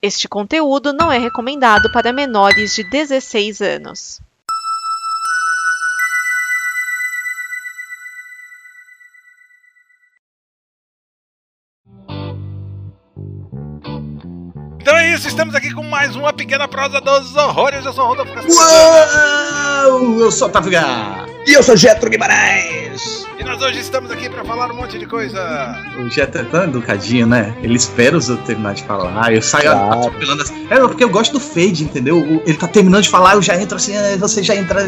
Este conteúdo não é recomendado para menores de 16 anos. Então é isso, estamos aqui com mais uma pequena prosa dos horrores. Eu sou o Rodolfo Castelhano. Uou! Eu sou o Otávio Gá. E eu sou Getro Guimarães. E nós hoje estamos aqui para falar um monte de coisa. O Jetta é tão educadinho, né? Ele espera os outros terminar de falar, eu saio Claro. atropelando as... É, não, porque eu gosto do fade, entendeu? O- Ele tá terminando de falar, eu já entro assim, aí você já entra,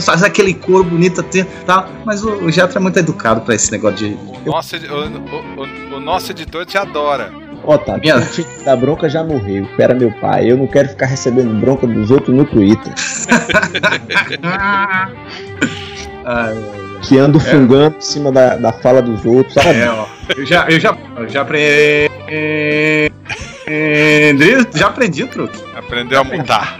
faz aquele coro bonito, assim, tá? Mas o, o Jetta é muito educado pra esse negócio de... O nosso, edi- o- o- o- o nosso editor te adora. Ó, tá, Minha- quem tinha que dar bronca já morreu. Pera, meu pai, eu não quero ficar recebendo bronca dos outros no Twitter. Ah, Que ando fungando em cima da, da fala dos outros. Sabe? É, ó. Eu já, eu já, eu já aprendi. Já aprendi o truque. Aprendeu a mudar.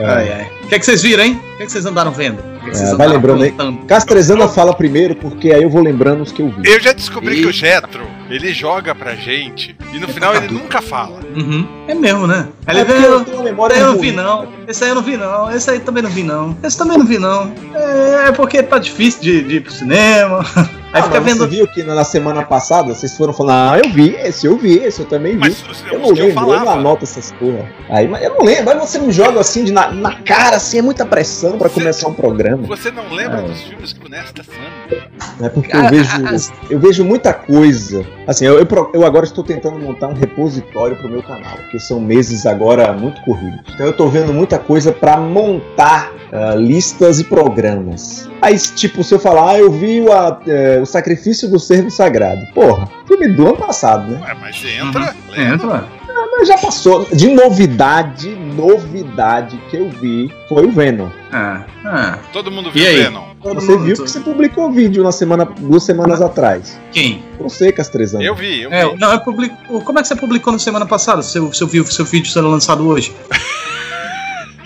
Ai, ai. O que, é que vocês viram, hein? O que, é que vocês andaram vendo? O que, é que vocês É, vai andaram lembrando aí. aprontando? Castrezana fala primeiro, porque aí eu vou lembrando os que eu vi. Eu já descobri que o Eita. Jetro ele joga pra gente e no final ele nunca fala. Uhum. É mesmo, né? Aí ele É porque vem, eu tenho uma memória Esse aí eu não ruim. vi não, esse aí eu não vi não, esse aí também não vi não, esse também não vi não. É, é porque tá difícil de, de ir pro cinema. Aí Ah, fica mas vendo. Você viu que na na semana passada vocês foram falando, ah, eu vi esse, eu vi esse, eu também vi. Mas os, eu os não que eu lembro, eu, não falava. anoto essas porra. Aí, mas eu não lembro, aí você me joga assim de na, na cara, assim, é muita pressão pra Você- começar um programa. Você não lembra É. dos filmes que o Nesta Sam? É porque Ah, eu vejo, ah, eu vejo muita coisa. Assim, eu, eu, pro- eu agora estou tentando montar um repositório pro meu canal, porque são meses agora muito corridos. Então eu tô vendo muita coisa para montar ah, listas e programas. Aí, tipo, se eu falar, ah, eu vi o, a- eh, o Sacrifício do Servo Sagrado. Porra, filme do ano passado, né? Ué, mas entra, lembra? Uhum. Entra. Mas já passou. De novidade, novidade que eu vi foi o Venom. Ah, ah. Todo mundo E viu o aí? Venom. Todo Você mundo- viu que você publicou vídeo na semana, duas semanas atrás. Quem? Você, Castrezano. Eu vi, eu vi. É, não, eu publico. Como é que você publicou na semana passada? Seu, seu, vi- seu vídeo sendo lançado hoje?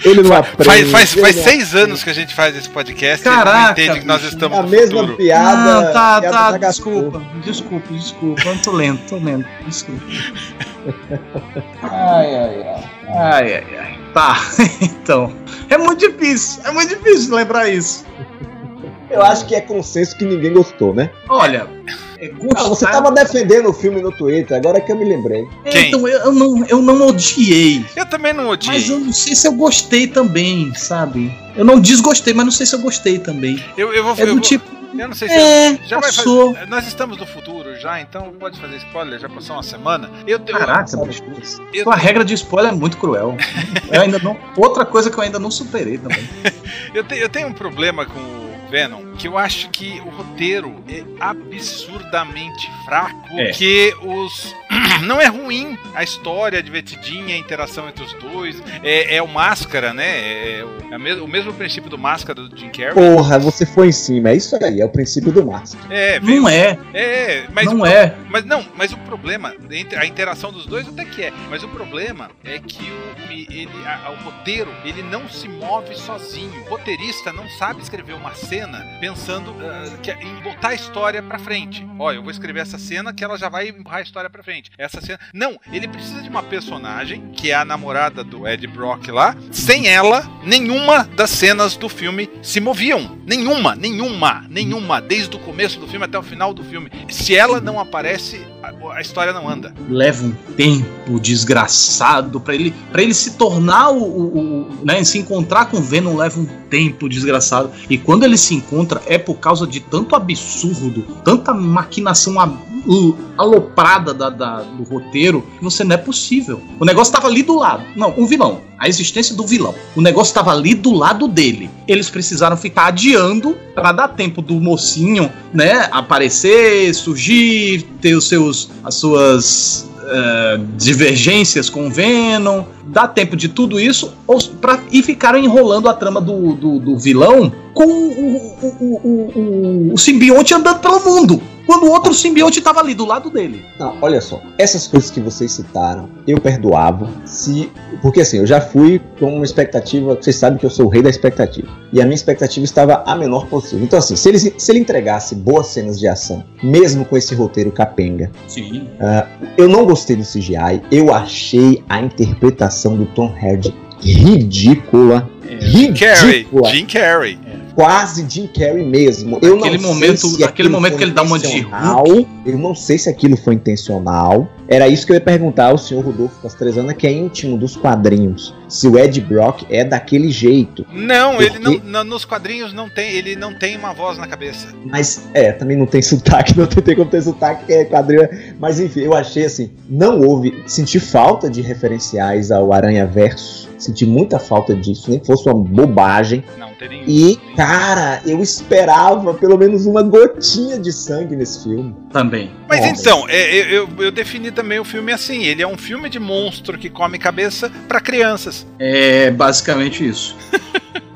Ele não aprende. Faz, faz, ele faz não seis anos que a gente faz esse podcast e ele não Caraca, É entende que nós estamos É A no mesma futuro. piada. não, tá, piada tá, da Gaston. desculpa, desculpa, desculpa. Eu tô lento, tô lento, desculpa. Ai, ai, ai. Ai, ai, ai. Tá, então. É muito difícil, é muito difícil lembrar isso. Eu acho que é consenso que ninguém gostou, né? Olha, é gostar... Ah, você tava defendendo o filme no Twitter, agora que eu me lembrei. É, Então, eu, eu não, eu não odiei. Eu também não odiei. Mas eu não sei se eu gostei também, sabe? Eu não desgostei, mas não sei se eu gostei também. Eu, eu vou É eu do vou- tipo. Eu não sei se. É, Já vai passou. fazer. Nós estamos no futuro já, então pode fazer spoiler, já passou uma semana. Eu, eu, Caraca, Sabe? bicho. Tua regra de spoiler é muito cruel. Eu ainda não. Outra coisa que eu ainda não superei também. Eu, te- eu tenho um problema com o Venom, que eu acho que o roteiro é absurdamente fraco, É. que os... Não é ruim a história, é divertidinha, a interação entre os dois, é, é o Máscara, né? É o, é o mesmo, o mesmo princípio do Máscara do Jim Carrey. Porra, você foi em cima. É isso aí, é o princípio do máximo. É, vem- Não é, é, é, mas não o- é. Mas não, mas o problema, entre- a interação dos dois até que é, mas o problema é que o, e- ele, a- o roteiro, ele não se move sozinho. O roteirista não sabe escrever uma cena pensando ah, que- em botar a história pra frente. Olha, eu vou escrever essa cena que ela já vai empurrar a história pra frente. Essa cena... Não, ele precisa de uma personagem, que é a namorada do Ed Brock lá. Sem ela, nenhuma das cenas do filme se moviam. Nenhuma, nenhuma, nenhuma. Desde o começo do filme até o final do filme. Se ela não aparece, a, a história não anda. leva um tempo desgraçado para ele para ele se tornar o, o- o- né, se encontrar com o Venom leva um tempo desgraçado e quando ele se encontra é por causa de tanto absurdo tanta maquinação a- l- aloprada da- da- do roteiro que você não é possível o negócio estava ali do lado não o vilão a existência do vilão o negócio estava ali do lado dele eles precisaram ficar adiando para dar tempo do mocinho né, aparecer, surgir, ter os seus, as suas eh, divergências com o Venom, dá tempo de tudo isso ou, pra, e ficaram enrolando a trama do, do, do vilão com o, o, o, o, o, o simbionte andando pelo mundo. quando o outro simbionte tava ali do lado dele. Não, olha só, essas coisas que vocês citaram, eu perdoava se. Porque assim, eu já fui com uma expectativa. Vocês sabem que eu sou o rei da expectativa. E a minha expectativa estava a menor possível. Então, assim, se ele, se ele entregasse boas cenas de ação, mesmo com esse roteiro capenga, Sim. eu não gostei do CGI, eu achei a interpretação do Tom Hardy ridícula. É, Jim Carrey. Ridícula. Jim Carrey. Quase Jim Carrey mesmo. Eu Aquele não sei momento- se aquele aquilo momento foi que ele dá uma de intencional, Eu não sei se aquilo foi intencional. Era isso que eu ia perguntar ao senhor Rodolfo Castrezana, que é íntimo dos quadrinhos. Se o Ed Brock é daquele jeito. Não, ele não, E- na- nos quadrinhos não tem, ele não tem uma voz na cabeça. Mas é, também não tem sotaque, não tem como ter sotaque, que é quadril. Mas enfim, eu achei assim, não houve. Senti falta de referenciais ao Aranha Verso. Senti muita falta disso, nem que fosse uma bobagem. Não tem nenhum. E, tá cara, eu esperava pelo menos uma gotinha de sangue nesse filme. Também. Mas Bom, então, é, eu, eu- eu defini também o filme assim. Ele é um filme de monstro que come cabeça pra crianças. É basicamente isso.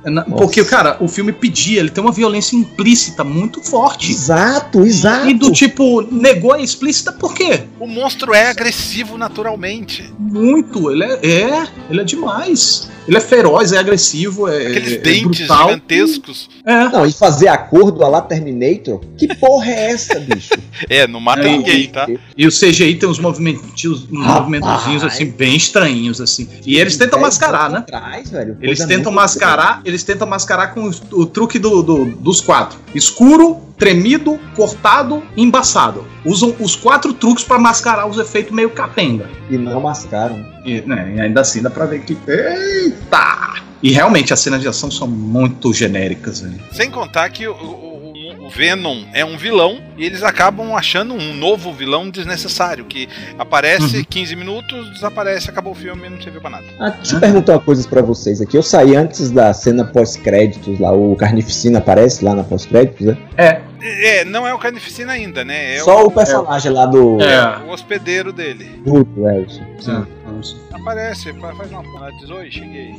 É na- Nossa. Porque, cara, o filme pedia, ele tem uma violência implícita muito forte. Exato, exato. E do tipo, negou a explícita por quê? O monstro é agressivo naturalmente. Muito, ele é, é, ele é demais. Ele é feroz, é agressivo, é, Aqueles é dentes brutal. gigantescos. É. Não, e fazer acordo a lá Terminator? Que porra é essa, bicho? É, não mata Aí- ninguém, tá? E o CGI tem uns movimentos, uns Rapaz. movimentozinhos assim bem estranhos assim. E eles tentam Dez mascarar, anos né? atrás, velho, Eles coisa tentam muito- mascarar, eles tentam mascarar com o- o truque do- do- dos quatro: escuro, tremido, cortado, e embaçado. Usam os quatro truques pra mascarar os efeitos meio capenga. E não mascaram. E, né, e ainda assim dá pra ver que. Eita! E realmente as cenas de ação são muito genéricas. Né? Sem contar que o, o- o- o Venom é um vilão e eles acabam achando um novo vilão desnecessário, que aparece Uhum. 15 minutos, desaparece, acabou o filme e não serviu pra nada. Ah, deixa eu perguntar uma coisa pra vocês aqui. Eu saí antes da cena pós-créditos lá, o Carnificina aparece lá na pós-créditos, né? É, É, não é o Carnificina ainda, né? É Só o personagem lá do. né? É. o, o hospedeiro dele. do Welsh. Aparece, fa- faz uma porra, diz, oi, cheguei.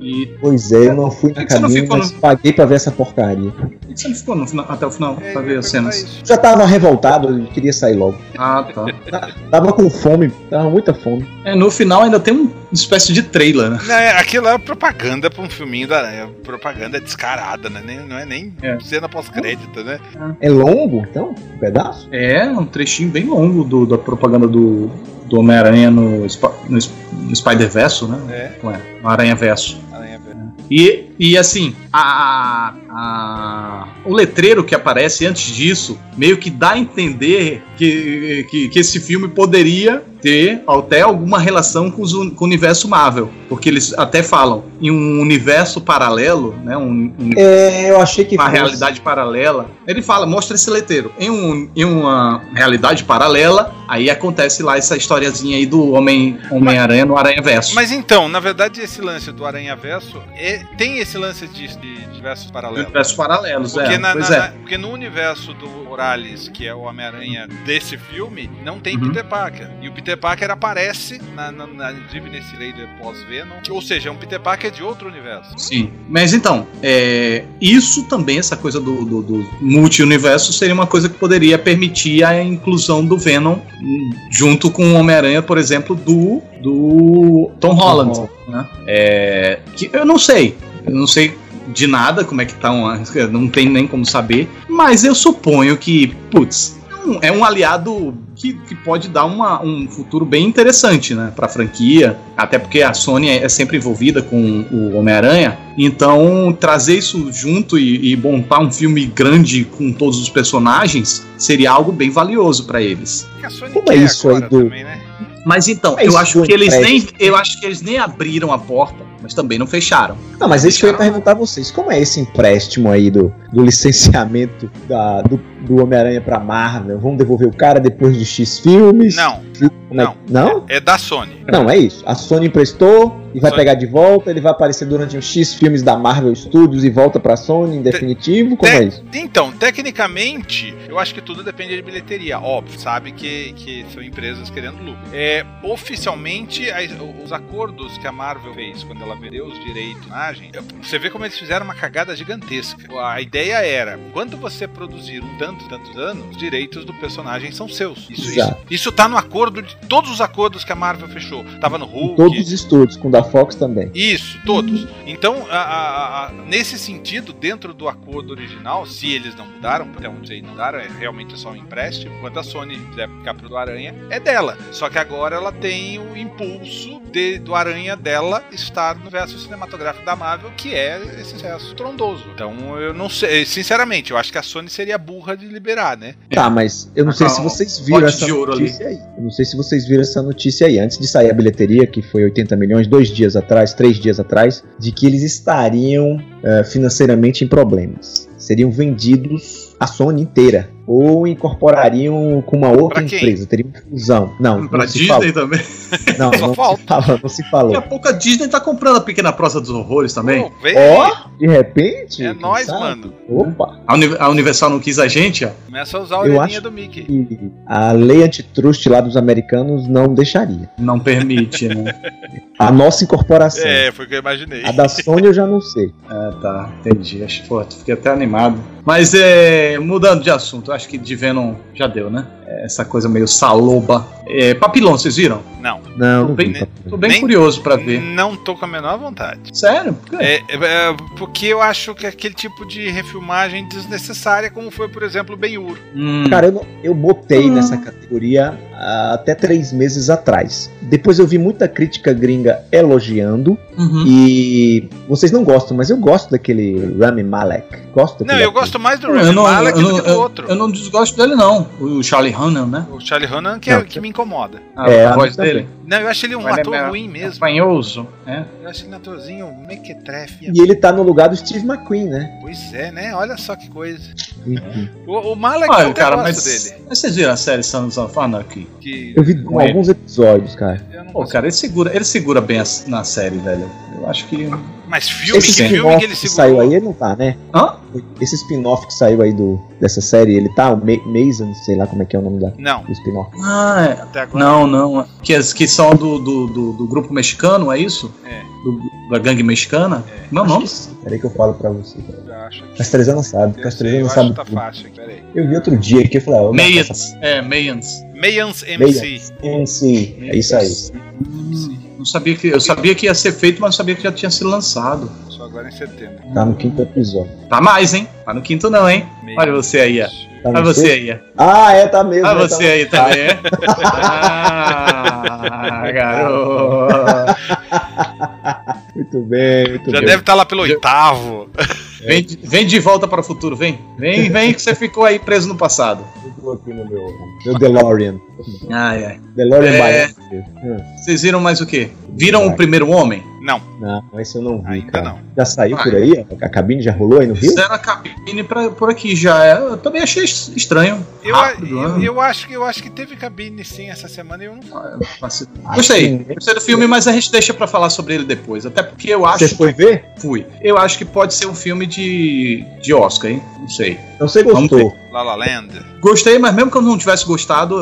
E Pois é, eu não fui na Por que você não cabine, ficou mas paguei pra ver essa porcaria. por que você não ficou no final- até o final É, pra eu ver ia as perguntar cenas? isso. Já tava revoltado, eu queria sair logo. Ah, tá. Tava com fome, tava muita fome. É, no final ainda tem uma espécie de trailer, né? Não, é, aquilo é propaganda pra um filminho da é propaganda descarada, né? Nem- não é nem É. cena pós-crédito, né? É longo, então? Um pedaço? É, um trechinho bem longo do- da propaganda do, do Homem-Aranha no, Sp- no, Sp- no Spider-Verso, né? É. Ué, no Aranha-Verso. Aranha Verde. E, e assim, a, a- o letreiro que aparece antes disso meio que dá a entender que, que, que esse filme poderia ter até alguma relação com, os un- com o universo Marvel. Porque eles até falam em um universo paralelo, né? Um, um É, eu achei que. uma fosse. realidade paralela. Ele fala, mostra esse letreiro. Em, um, em uma realidade paralela, aí acontece lá essa historiazinha aí do Homem- Homem-Aranha no Aranha Verso. Mas então, na verdade, esse lance do Aranha Verso é- tem esse lance de, de, de versos paralelos. Universos paralelos, Porque, é. na- pois na- é. na- porque no universo do Morales, que é o Homem-Aranha desse filme, não tem Uhum. Peter Parker. E o Peter Parker aparece, na, na, na- inclusive nesse trailer pós-Venom. que- Ou seja, é um Peter Parker de outro universo. Sim. Mas então, é, isso também, essa coisa do, do, do multi-universo, seria uma coisa que poderia permitir a inclusão do Venom hum, junto com o Homem-Aranha, por exemplo, do, do Tom Holland. Holland. né? É, que eu não sei. Eu não sei de nada como é que tá uma, não tem nem como saber, mas eu suponho que, putz, é um- é um aliado que, que pode dar uma- um futuro bem interessante, né, pra franquia, até porque a Sony é sempre envolvida com o Homem-Aranha, então trazer isso junto e, e montar um filme grande com todos os personagens seria algo bem valioso pra eles. E a Sony Como é quer isso aí agora do- também, né? Mas então, É eu isso, acho que eles é nem eu acho que eles nem abriram a porta, mas também não fecharam. Não, mas isso que eu ia perguntar a vocês. Como é esse empréstimo aí do, do licenciamento da- do, do Homem-Aranha pra Marvel? Vamos devolver o cara depois de X filmes? Não, Como é- não. Não? é da Sony. Não, é isso. A Sony emprestou e vai Sony. pegar de volta. Ele vai aparecer durante uns X filmes da Marvel Studios e volta pra Sony em definitivo. Como é Te- isso? Então, tecnicamente, eu acho que tudo depende de bilheteria. Óbvio, sabe que, que são empresas querendo lucro. É, oficialmente, as- os acordos que a Marvel fez quando ela vendeu os direitos de imagem, você vê como eles fizeram uma cagada gigantesca. A ideia era, quando você produzir um tanto tantos, tantos anos, os direitos do personagem são seus. Isso, isso, Exato. isso tá no acordo de todos os acordos que a Marvel fechou. Tava no Hulk. Todos os estúdios, com o da Fox também. Isso, todos. Então, a- a- a- nesse sentido, dentro do acordo original, se eles não mudaram, até onde sei, não mudaram, é realmente só um empréstimo. Quando a Sony quiser ficar pro do Aranha, é dela. Só que agora ela tem o impulso de- do Aranha dela estar no verso cinematográfico da Marvel, que é esse sucesso trondoso. Então, eu não sei, sinceramente, eu acho que a Sony seria burra de liberar, né? Tá, mas eu não Ah, sei tá, se um vocês viram pote essa de ouro notícia aí. Eu não sei se vocês viram essa notícia aí. Antes de sair a bilheteria, que foi 80 milhões, dois dias atrás, três dias atrás, de que eles estariam eh, financeiramente em problemas. Seriam vendidos a Sony inteira. Ou incorporariam com uma outra Pra quem? empresa. Teria uma fusão. Não, pra não se Disney falou. também. Não, Só não se falta. falou, não se Daqui a falou. pouco a Disney tá comprando a Pequena Praça dos Horrores também. Pô, vem aí. Ó, de repente. é quem nóis, sabe? mano. Opa! A, Uni- a Universal não quis a gente, ó. Começa a usar a Eu orelhinha acho do Mickey. E a lei antitruste lá dos americanos não deixaria. Não permite, né? A nossa incorporação. É, foi o que eu imaginei. A da Sony eu já não sei. Ah, tá. Entendi. Acho, pô, fiquei até animado. Mas é. Mudando de assunto, acho que de Venom já deu, né? É, Essa coisa meio saloba. É, papilão, vocês viram? Não, Não, Tô não bem- vi, tá Tô bem Nem- curioso pra ver. não tô com a menor vontade. Sério? Por quê? É, é, porque eu acho que é aquele tipo de refilmagem desnecessária, como foi, por exemplo, o Ben-Hur. Hum, Cara, eu, não- eu botei nessa categoria ah, até três meses atrás. Depois eu vi muita crítica gringa elogiando. uhum. E vocês não gostam, mas eu gosto daquele Rami Malek. Gosto Não, daquele eu ator. gosto mais do Eu Rami não- Malek eu do que não- do outro. Eu não desgosto dele, não. O Charlie Hunnam, né? O Charlie Hunnam que é o Não. que me incomoda. Ah, A É, a voz mim também. dele. Não, eu acho ele um Mas ele é ator meio- ruim mesmo. Espanhoso. É. Eu acho ele um atorzinho mequetrefe. E ele tá no lugar do Steve McQueen, né? Pois é, né? Olha só que coisa. Enfim. O, o Malek É eu Olha, até cara, gosto mas, dele. mas vocês viram a série Sons of Anarchy? Que Eu vi Com ele. alguns episódios, cara. eu não Pô, gosto. cara, ele segura, ele segura bem a- na série, velho. Eu acho que. Mas filme, Esse que filme que spin-off ele que, segurou. saiu aí, ele não tá, né? Hã? Esse spin-off que saiu aí do, dessa série, ele tá? O Ma- Mason, sei lá como é que é o nome da, Não, do spin-off. Ah, é- até agora. não, não. Que, as- que são do, do, do, do grupo mexicano, é isso? É. Do- da gangue mexicana? É. Meu nome? Peraí que eu falo pra você. cara. Eu acho que- Castrezana sabe, eu sei, eu Castrezana acho sabe. que tá tudo. fácil, hein? peraí. Eu vi outro dia aqui e falei, ah, eu marco essa Meians. É, Meians. Mayans Meia. MC. MC. É isso aí. Hum, Não sabia que, eu sabia que ia ser feito, mas não sabia que já tinha sido lançado. Só agora em setembro. Tá no quinto episódio. Tá mais, hein? Tá no quinto, não, hein? Olha você aí, ó. Tá Olha no você sexto? aí, ó. Ah, é, tá mesmo. Ah, né, você aí também, é? Ah, É. garoto. tá... Muito bem, muito Já bem. deve estar lá pelo oitavo. Vem, de- vem de volta para o futuro, vem. Vem, vem, que você ficou aí preso no passado. Eu coloquei no meu, meu DeLorean. Ai, ai. DeLorean É. Bionic. Hum, Vocês viram mais o quê? Viram o primeiro homem? Não, Não, esse eu não vi, ainda cara. não. Já saiu Vai. por aí? A cabine já rolou aí no Rio? Fizeram a cabine pra, por aqui já. Eu também achei estranho. Eu, Rápido, eu, né? eu acho que eu acho que teve cabine sim essa semana e eu não Gostei. Assim, Gostei do filme, mas a gente deixa pra falar sobre ele depois. Até porque eu acho Você foi ver? fui. Eu acho que pode ser um filme de, de Oscar, hein? Não sei. Não sei Vamos gostou. La La Land. Gostei, mas mesmo que eu não tivesse gostado,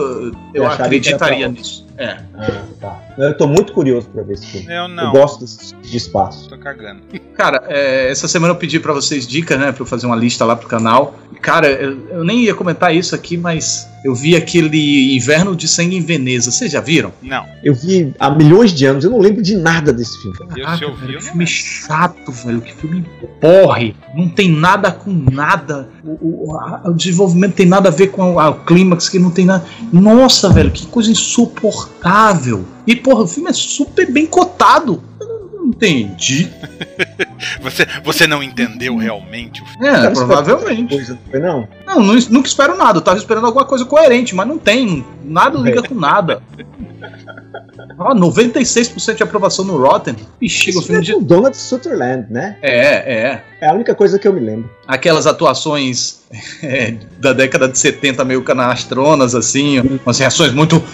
eu Eu achava que era pra acreditaria Oscar. nisso. É. Ah, tá. Eu tô muito curioso pra ver esse filme. Eu Eu não. gosto desse- de espaço. Tô cagando. Cara, é, essa semana eu pedi pra vocês dicas, né? Pra eu fazer uma lista lá pro canal. Cara, eu, eu nem ia comentar isso aqui, mas eu vi aquele Inverno de Sangue em Veneza. Vocês já viram? Não. Eu vi há milhões de anos, eu não lembro de nada desse filme. Eu, se Caraca, eu vi, velho, eu Ah, que não filme chato, velho. Que filme porre. Não tem nada com nada. O, o- a- o desenvolvimento tem nada a ver com a- o clímax, que não tem nada. Nossa, velho, que coisa insuportável. E, porra, o filme é super bem cotado. Eu Não entendi. Você, você não entendeu realmente o filme. É, Tava provavelmente. Coisa, não foi não? Não, nu- nunca espero nada. Eu tava esperando alguma coisa coerente, mas não tem. Nada liga com nada. Ó, 96% de aprovação no Rotten. Bexiga, o Esse filme filme é de. do Donald Sutherland, né? É, é. É a única coisa que eu me lembro. aquelas atuações é, da década de 70 meio canastronas, assim, umas reações muito.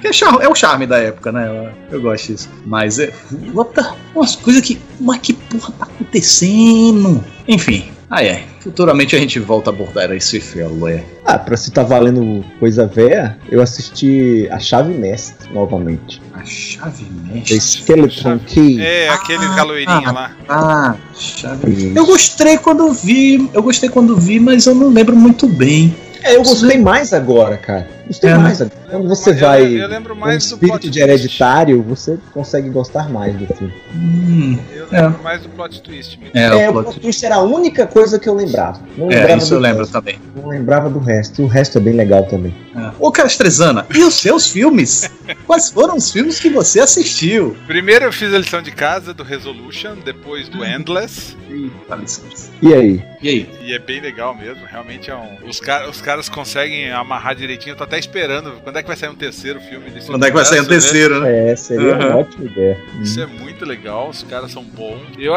que é, char- é o charme da época, né? Eu, eu gosto disso. Mas é. What the- umas coisas que. Mas que porra tá acontecendo? Enfim. Ah, é. Futuramente a gente volta a abordar esse felo, é. Ah, pra se tá valendo coisa véia, eu assisti A Chave Mestre novamente. A chave The mestre. Skeleton Key. É, aquele Ah, galoeirinho ah. lá. Ah, chave. Isso. Eu gostei quando vi, eu gostei quando vi, mas eu não lembro muito bem. É, eu gostei mais agora, cara. Gostei É, um né? mais agora. Quando Então você Eu- vai Eu, lembro com o mais do espírito plot de twist. hereditário, você consegue gostar mais do filme. Hum, Eu lembro mais do plot twist mesmo. é, É, o o plot. plot twist era a única coisa que eu lembrava. Não É, lembrava isso eu do lembro resto. também. Não lembrava do resto. E o resto é bem legal também. É. Ô, Castrezana, e os seus filmes? Quais foram os filmes que você assistiu? Primeiro eu fiz a lição de casa do Resolution, depois do Endless. Eita, licença. E aí? E aí? E é bem legal mesmo, realmente é um. Os, cara- os caras conseguem amarrar direitinho, eu tô até esperando. Quando é que vai sair um terceiro filme desse Quando é que vai sair o universo, né? terceiro, né? É, seria Aham. uma ótima ideia. Isso Uhum. é muito legal, os caras são bons. Eu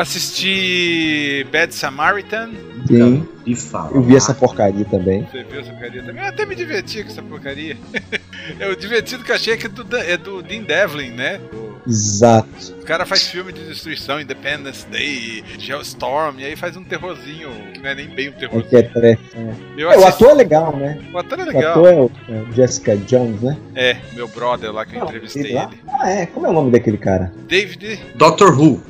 assisti Bad Samaritan, É, Sim, E fala. eu vi essa Ah. porcaria também. você viu essa porcaria também? Eu até me diverti com essa porcaria. é o divertido que eu achei é que é do, Dan- é do Dean Devlin, né? Exato. O cara faz filme de destruição, Independence Day, Geostorm, e aí faz um terrorzinho, que não é nem bem um É terrorzinho. que é tre- Eu É, o assisti, ator é legal, né? o ator é O legal. ator é o é, Jessica Jones, né? É, meu brother lá que eu Não, entrevistei ele lá? ele. Ah, é. Como é o nome daquele cara? David, Doctor Who.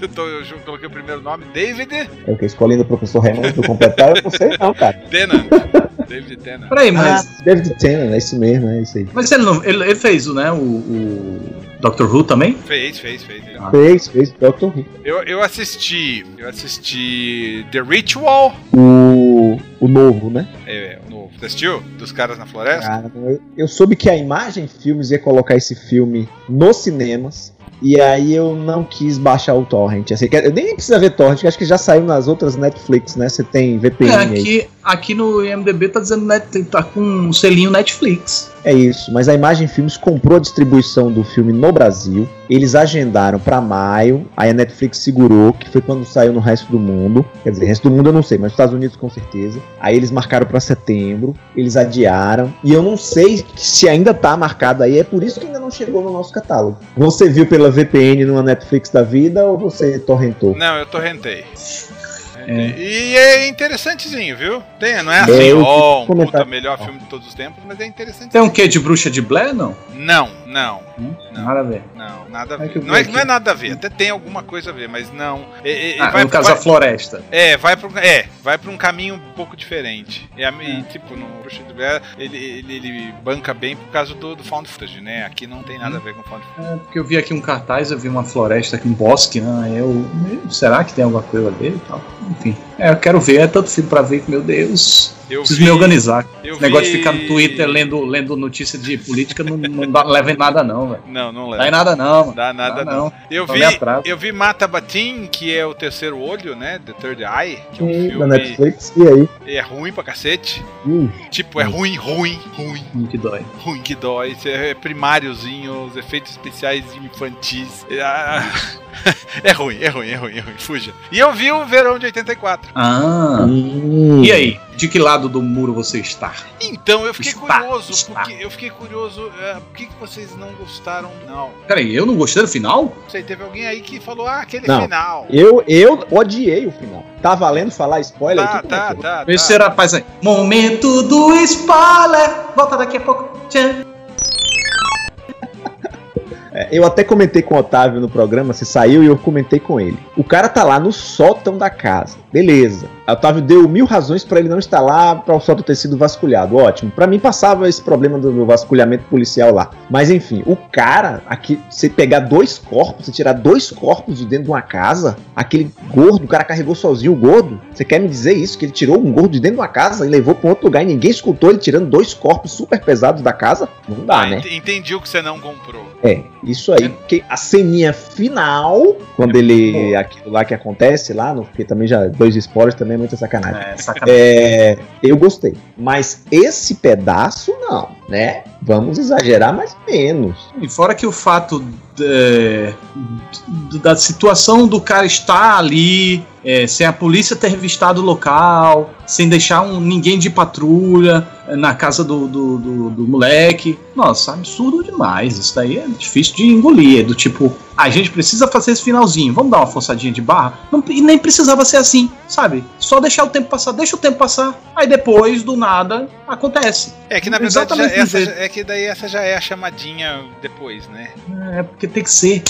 eu, tô- eu ju- coloquei o primeiro nome, David É o que? Escolhendo o professor Raimundo pra completar? Eu não sei não, cara. Tennant. David Tennant. Peraí, mas. Ah, David Tennant, é isso mesmo, é isso aí. Mas ele não. Ele, ele fez o, né? O, o Doctor Who também? Fez, fez, fez. ele. Ah. Fez, fez Doctor Who. Eu, eu assisti. Eu assisti The Ritual. O, o novo, né? É, é, novo. Você assistiu? Dos caras na floresta? Cara, eu, eu soube que a Imagem Filmes ia colocar esse filme nos cinemas. E aí eu não quis baixar o torrent. Assim, que- eu nem precisa ver torrent, que acho que já saiu nas outras Netflix, né? Você tem VPN É, aí. aqui, aqui no IMDB tá dizendo net, tá com um selinho Netflix. É isso, mas a Imagem Filmes comprou a distribuição do filme no Brasil. Eles agendaram pra maio, aí a Netflix segurou, que foi quando saiu no resto do mundo. Quer dizer, resto do mundo eu não sei, mas nos Estados Unidos com certeza. Aí eles marcaram pra setembro, eles adiaram, e eu não sei se ainda tá marcado aí, é por isso que ainda não chegou no nosso catálogo. Você viu pela VPN numa Netflix da vida ou você torrentou? Não, eu torrentei. É. E é interessantezinho, viu? Tem, não é É, assim, eu ó, fiz um puta comentário. melhor filme de todos os tempos, mas é interessante. Tem um quê de bruxa de Blair, não? Não, não, Hum, Não. Nada a ver. não, nada a É que ver. eu Não é, vi não é aqui. nada a ver, até tem alguma coisa a ver, mas não. É, é, é, Ah, no caso, a floresta. É, vai pra, um- é, vai pra um caminho um pouco diferente. É, a- Ah. e, tipo, no Bruxa de Blair, ele, ele, ele banca bem por causa do, do Found Footage, né? Aqui não tem nada a ver com Found Footage. É, porque eu vi aqui um cartaz, eu vi uma floresta aqui, um bosque, né? Aí Eu, "Hum, será que tem alguma coisa dele e tal? Enfim. É, eu quero ver, é tanto filme pra ver que, meu Deus. Eu Preciso me organizar. eu Esse negócio vi- de ficar no Twitter lendo, lendo notícia de política não, não dá- leva em nada, não, velho. Não, não Não dá em leva. nada, não, mano. Dá nada, Dá não. não. Então Eu Só vi, me atrasa. eu vi Mata Batim, que é o terceiro olho, né? The Third Eye, que é um Sim, da filme. Netflix, e aí? É ruim pra cacete. Hum, Tipo, é ruim, ruim, ruim. Hum, Que dói. ruim que dói, isso é primáriozinho, os efeitos especiais infantis. É, ah, É ruim, é ruim, é ruim, é ruim, fuja. E eu vi o verão de 84. Ah. hum. E aí? De que lado do muro você está? Então eu fiquei Está, curioso, está. porque eu fiquei curioso, é, por que, que vocês não gostaram? Não, Peraí, eu não gostei do final? não sei, teve alguém aí que falou, ah, aquele Não. final. Eu, eu odiei o final. Tá valendo falar spoiler? Tá, Tu tá, comentou. tá, tá. Esse é era, rapaz aí. Momento do spoiler! Volta daqui a pouco. Tchan. É, Eu até comentei com o Otávio no programa, você saiu e eu comentei com ele. O cara tá lá no sótão da casa, beleza. O Otávio deu mil razões pra ele não estar lá, pra o sótão ter sido vasculhado, ótimo. Pra mim passava esse problema do, do vasculhamento policial lá. Mas enfim, o cara, aqui, você pegar dois corpos, você tirar dois corpos de dentro de uma casa, aquele gordo, o cara carregou sozinho o gordo. Você quer me dizer isso? Que ele tirou um gordo de dentro de uma casa e levou pra um outro lugar e ninguém escutou ele tirando dois corpos super pesados da casa? Não dá, Ah, né? ent- Entendi o que você não comprou. É, isso aí, porque a ceninha final, quando ele. aquilo lá que acontece lá, no, porque também já. Dois spoilers também é muita sacanagem. É, sacanagem. É, eu gostei. Mas esse pedaço, não. né? Vamos exagerar, mas menos. E fora que o fato é, d- da situação do cara estar ali, é, sem a polícia ter revistado o local, sem deixar um- ninguém de patrulha é, na casa do, do, do- do moleque. Nossa, absurdo demais. Isso daí é difícil de engolir. É do tipo, a gente precisa fazer esse finalzinho, vamos dar uma forçadinha de barra. Não, e nem precisava ser assim, sabe? Só deixar o tempo passar, deixa o tempo passar. Aí depois, do nada, acontece. É que na verdade já- Exatamente do essa, jeito. já- é que daí essa já é a chamadinha depois, né? É porque tem que ser.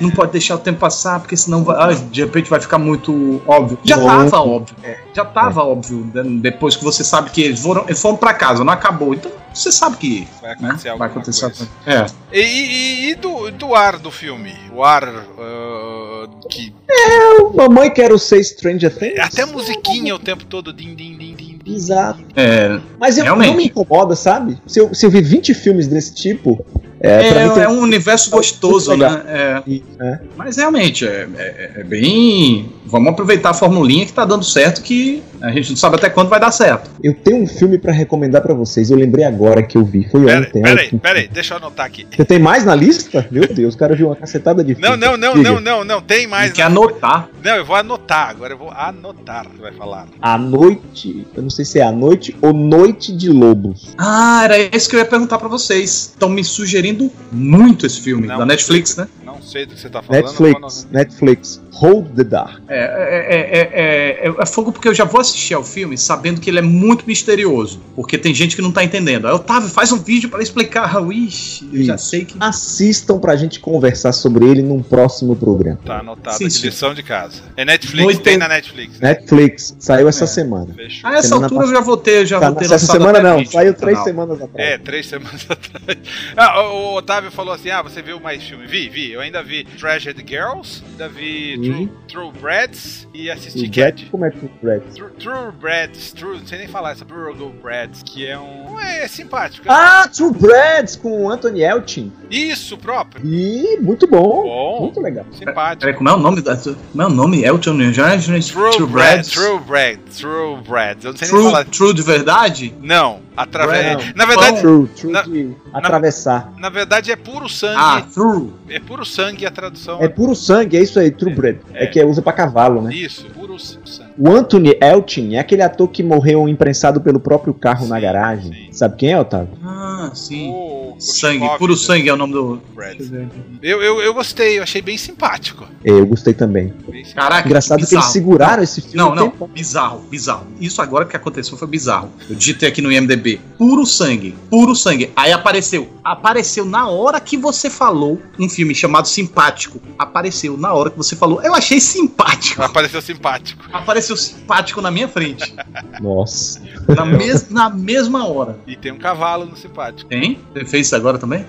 Não pode deixar o tempo passar, porque senão vai- ah, de repente vai ficar muito óbvio. Já Bom, tava óbvio. É. Já É. tava óbvio. né? Depois que você sabe que eles foram, eles foram pra casa, não acabou. Então você sabe que Vai né, acontecer algo. vai acontecer alguma coisa. É. E, e- e do, do ar do filme? O ar ah, que Eu, Então, mamãe, quero ser Stranger Things. É até musiquinha o tempo todo din din din din. din. Exato. É, Mas eu, Realmente. não me incomoda, sabe? Se eu, se eu ver 20 filmes desse tipo, é, pra mim é, tem é um universo gostoso, Muito né? um É. né? Mas realmente, é, é- é bem. Vamos aproveitar a formulinha que tá dando certo, que a gente não sabe até quando vai dar certo. Eu tenho um filme pra recomendar pra vocês. Eu lembrei agora que eu vi. Foi Pera, ontem. pera aí, pera aí, deixa eu anotar aqui. Você tem mais na lista? Meu Deus, o cara viu uma cacetada de Não, filme. não, não, Diga. não, não, não, tem Mas mais. quer anotar. Não, eu vou anotar, agora eu vou anotar, tu vai falar. A Noite. Eu não sei se é A Noite ou Noite de Lobos. Ah, era isso que eu ia perguntar pra vocês. Estão me sugerindo muito esse filme, Não. da Netflix, né? Não sei do que você tá falando. Netflix. eu Netflix. Hold the Dark. É, é, é, é, é, é fogo porque eu já vou assistir ao filme sabendo que ele é muito misterioso. Porque tem gente que não tá entendendo. Aí, Otávio, faz um vídeo para explicar. Ixi, eu já Isso. sei que. Assistam pra gente conversar sobre ele num próximo programa. Tá anotado Sim, aqui, sim. lição de casa. É Netflix, Noite- tem na Netflix. né? Netflix. Saiu essa É. semana. Fechou. A essa Semana altura eu já vou ter, já Tá, vou ter essa lançado semana até não. vídeo Saiu no três canal. semanas atrás. É, três semanas atrás. Ah, o, o Otávio falou assim: ah, você viu mais filme? Vi, vi. Eu ainda vi Treasured Girls, ainda vi Uhum. True, True Brats e assisti O Cat. Brad, como é que é o Brad? True, True Brads, True, não sei nem falar essa, Burgle Brads, que é um. É simpático. Ah, True Brads com o Anthony Elchin. Isso, próprio. E muito bom. Bom, Muito legal. simpático. Peraí, como é o nome? da- Como é o nome? Elton John? True Brads, True Breads? True Brads, True Brads. Eu não sei nem True, falar. true de verdade? Não, através. Brad. Na verdade. True, true na- de atravessar. Na verdade é puro Ah, sangue, True. é puro sangue a tradução. É puro sangue, é isso aí, True Bread. É, é. que usa pra cavalo, né? Isso, puro sangue. O Anthony Elchin é aquele ator que morreu imprensado pelo próprio carro na Sim, garagem. sim. Sabe quem é, Otávio? Ah, sim. O- o Sangue, Chekhov puro do sangue é o nome do. Brads. né? Eu, eu, eu gostei, eu achei bem simpático. É, eu gostei também. Bem simpático. Caraca, Engraçado que eles bizarro. seguraram esse filme. Não, um não, tempão. bizarro, bizarro. Isso agora que aconteceu foi bizarro. Eu digitei aqui no IMDB, puro sangue, puro sangue. Aí apareceu, apareceu na hora que você falou um filme chamado Simpático. Apareceu na hora que você falou. Eu achei simpático. Apareceu simpático. Apareceu simpático na minha frente, Nossa. na, mes na mesma hora. E tem um cavalo no simpático. Tem? Você fez isso agora também?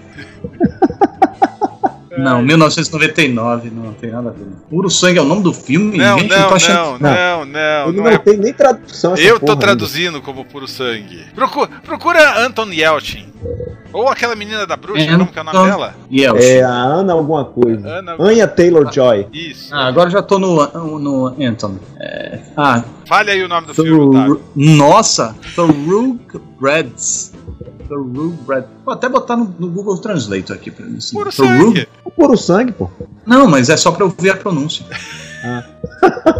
Não, 1999, não tem nada a ver. Puro Sangue é o nome do filme? Não, Gente, eu não, tô não, achando- não, não, Ele não não, é. tem nem tradução. essa Eu tô porra traduzindo como puro sangue. Procura, procura Anton Yelchin. Ou aquela menina da bruxa, É, como que é o nome Anton- dela? E ainda. eu, É a Ana alguma coisa. Ana. Anya Taylor-Joy. Isso. Ah, agora já tô no, no Anton. É, ah, Fale aí o nome do The filme, tá? Otávio. Ru- Nossa, The Rogue Breads. The Rogue Bread. Vou até botar no, no Google Translate aqui pra mim. assim. Puro The Rogue- sangue. O puro sangue, pô. Não, mas é só pra eu ver a pronúncia.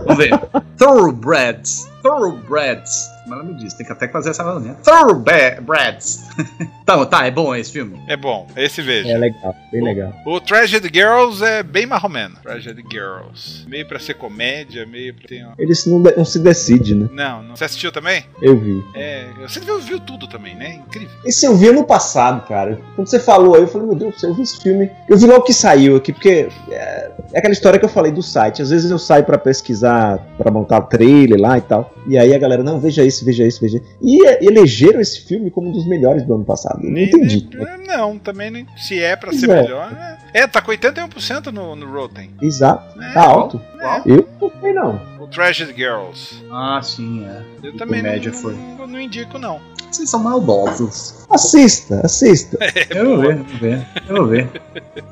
Vamos ver. Thoroughbreds. Thoroughbreds. Como ela me diz, tem que até fazer essa valinha. Thoroughbreds. então, tá, é bom esse filme. É bom, esse veja. É legal, bem legal. O Tragedy Girls é bem marromeno. Tragedy Girls. Meio pra ser comédia, meio pra ter. uma- Eles não, de- não se decidem, né? Não, não. Você assistiu também? Eu vi. É. Você viu, viu tudo também, né? Incrível. Esse eu vi ano passado, cara. Quando você falou aí, eu falei, meu Deus do céu, eu vi esse filme. Eu vi logo que saiu aqui, porque é, é aquela história que eu falei do site. Às vezes eu saio pra pesquisar, pra montar trailer lá e tal. E aí a galera, não, veja esse, veja esse, veja esse. E é, elegeram esse filme como um dos melhores do ano passado. Eu não entendi. É, Não, também não. Se é pra Pois ser é. melhor. né? É, tá com 81% no, no Rotten. Exato. É, Tá alto. Uau. Eu não sei, não. O o Tragic Girls. Ah, sim, é. Eu Que também comédia não, foi. eu não indico, não. Vocês são maldosos. Assista, assista. eu vou ver, eu vou ver. Eu vou ver.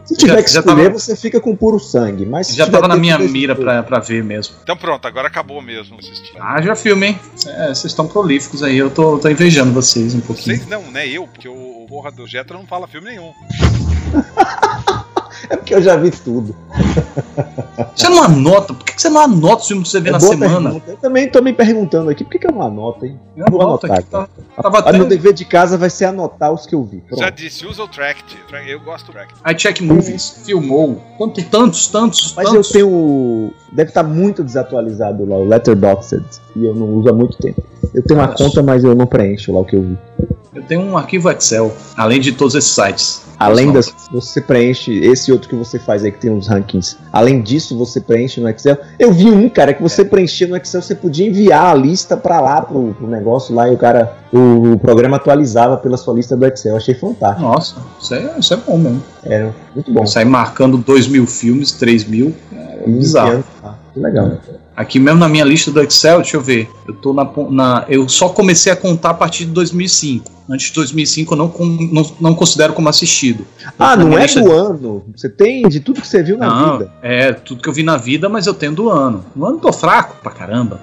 Se tiver É, Já- que já escolher, tava- você fica com puro sangue. Mas se Já tiver tava na que minha escolher, mira pra, pra ver mesmo. Então pronto, agora acabou mesmo assistir. Ah, Haja filme, hein? É, vocês estão prolíficos aí. Eu tô, tô invejando vocês um pouquinho. Vocês não, né? Eu, porque o, o porra do Jetra não fala filme nenhum. É porque eu já vi tudo. Você não anota? Por que que você não anota os filmes que você vê É na boa semana? pergunta. Eu também tô me perguntando aqui, por que, que eu não anoto, hein? Eu Vou anoto anotar aqui. Tá, tava Ah, meu até. dever de casa vai ser anotar os que eu vi. Pronto. Já disse, usa o Tract. Tract- Eu gosto do Tract. A Check Movies filmou quanto, tantos, tantos, Mas eu tantos. tenho. Deve estar muito desatualizado lá, o Letterboxd. E eu não uso há muito tempo. Eu tenho uma Nossa. conta, mas eu não preencho lá o que eu vi. Eu tenho um arquivo Excel, além de todos esses sites. Além Nossa. das. Você preenche esse outro que você faz aí que tem uns rankings. Além disso, você preenche no Excel. Eu vi um, cara, É. que você preenchia no Excel, você podia enviar a lista pra lá, pro, pro negócio lá, e o cara. O, o programa atualizava pela sua lista do Excel. Eu achei fantástico. Nossa, isso é, isso é bom mesmo. Era muito bom. Sair marcando 2 mil filmes, 3 mil. É bizarro. Ah, que legal. Aqui mesmo na minha lista do Excel, deixa eu ver. Eu tô na, pon- na- eu só comecei a contar a partir de 2005. Antes de 2005 eu não con- não, não considero como assistido. Ah, Na não minha é lista do ano. Você tem de tudo que você viu na Não, vida. é tudo que eu vi na vida, mas eu tenho do ano. No ano eu tô fraco pra caramba.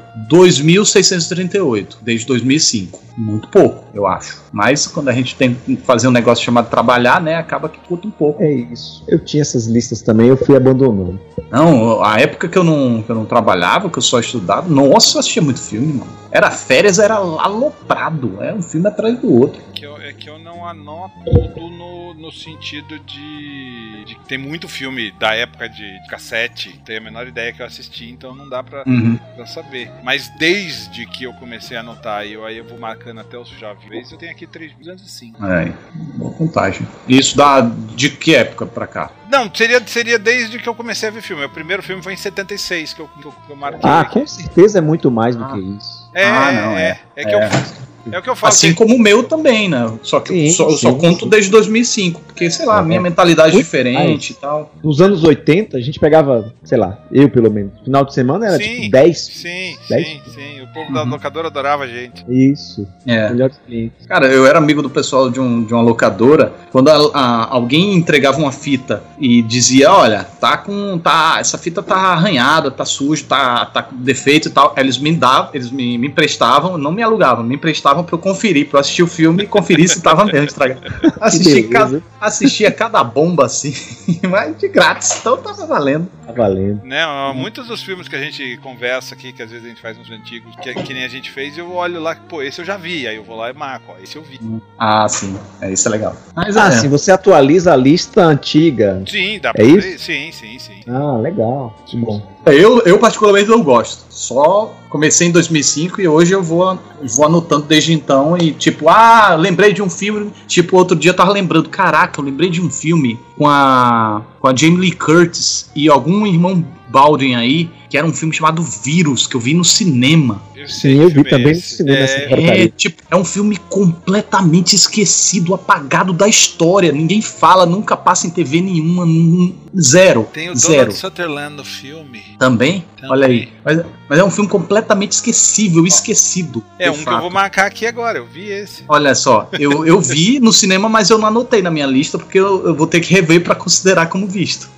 2.638, desde 2005. Muito pouco, eu acho. Mas quando a gente tem que fazer um negócio chamado trabalhar, né, acaba que curta um pouco. É isso. Eu tinha essas listas também, eu fui abandonando. Não, a época que eu não, que eu não trabalhava, que eu só estudava, nossa, eu assistia muito filme, mano. Era férias, era aloprado. É um filme atrás do outro. Que eu- é que eu não anoto tudo no, no sentido de, de que Tem muito filme da época de, de cassete, tenho a menor ideia que eu assisti, então não dá pra, Uhum. pra saber. Mas desde que eu comecei a anotar, e eu, aí eu vou marcando até os que já vi, eu tenho aqui 3.205. É, boa contagem. E Isso dá de que época pra cá? Não, seria, seria desde que eu comecei a ver filme. O primeiro filme foi em 76 que eu, que eu, que eu marquei. Ah, aqui. com certeza é muito mais do Ah. que isso. É, Ah, não, é, é que eu é. faço. É o que eu falo. Assim que- como o meu também, né? Só que eu Sim, só, eu só sim, conto sim. desde 2005, porque, sei lá, a minha É. mentalidade é Muito diferente e tal. Nos anos 80, a gente pegava, sei lá, eu pelo menos, final de semana era Sim. tipo 10. Sim, Dez? sim, sim. O povo da Uhum. locadora adorava a gente. Isso, É. melhores clientes. Cara, eu era amigo do pessoal de, um, de uma locadora. Quando a- a- alguém entregava uma fita e dizia, olha, tá com. tá. Essa fita tá arranhada, tá sujo, tá, tá com defeito e tal. Eles me davam, eles me, me emprestavam, não me alugavam, me emprestavam pra eu conferir, pra eu assistir o filme e conferir se tava mesmo estragado. Assisti Que cada, beleza, assistia cada bomba assim, mas de grátis, então tava valendo. tá valendo. Né? Muitos dos filmes que a gente conversa aqui, que às vezes a gente faz uns antigos, que, que nem a gente fez, eu olho lá, pô, esse eu já vi. Aí eu vou lá e marco, ó, esse eu vi. Uhum. Ah, sim. É, isso é legal. Mas Ah, é. sim, você atualiza a lista antiga. Sim, dá É ver. Sim, sim, sim. Ah, legal. Que bom. Eu, eu particularmente não gosto. Só comecei em 2005 e hoje eu vou, vou anotando desde então e tipo, ah, lembrei de um filme, tipo, outro dia eu tava lembrando, caraca, eu lembrei de um filme com a com a Jamie Lee Curtis e algum irmão Baldwin aí, que era um filme chamado Vírus, que eu vi no cinema. Eu sei Sim, que eu vi filme é também no esse. cinema assim. É, essa É, porcaria. tipo, é um filme completamente esquecido, apagado da história. Ninguém fala, nunca passa em TV nenhuma, num- zero. Tem o zero. Donald Sutherland no filme. Também? Também. Olha aí. Mas, mas é um filme completamente esquecível, esquecido. É de um que eu fato. vou marcar aqui agora, eu vi esse. Olha só, eu, eu vi no cinema, mas eu não anotei na minha lista, porque eu, eu vou ter que rever pra considerar como visto.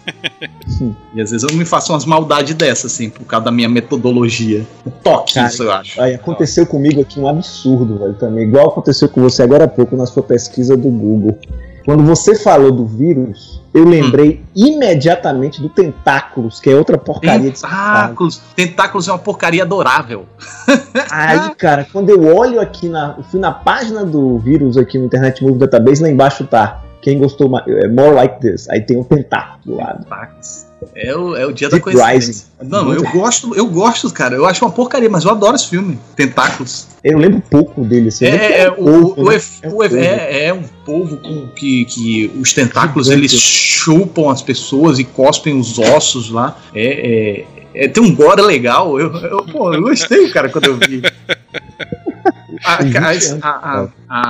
Sim. E às vezes eu me faço umas maldades dessas, assim, por causa da minha metodologia. O toque, Cara, isso eu acho. Aí aconteceu comigo aqui um absurdo, velho, também. Igual aconteceu com você agora há pouco na sua pesquisa do Google. Quando você falou do vírus, eu lembrei imediatamente do Tentáculos, que é outra porcaria de sci-fi. Tentáculos. Tentáculos é uma porcaria adorável. Aí, cara, quando eu olho aqui na. eu Fui na página do vírus aqui no Internet Movie Database, lá embaixo tá. Quem gostou mais. É More Like This. Aí tem um tentáculo do lado. Tentáculos. É o, é o dia da Deep coincidência. Rising. Não, eu gosto, eu gosto, cara. Eu acho uma porcaria, mas eu adoro esse filme. Tentáculos. Eu lembro pouco dele, assim. eu lembro que É, é, era o, pouco, o né? ef- É um o ef- polvo. é- é um polvo com- que, que os tentáculos Gigante. eles chupam as pessoas e cospem os ossos lá. É, é- é- tem um gore legal. Eu, eu- pô, eu gostei, cara, quando eu vi. A, a, a, a, a,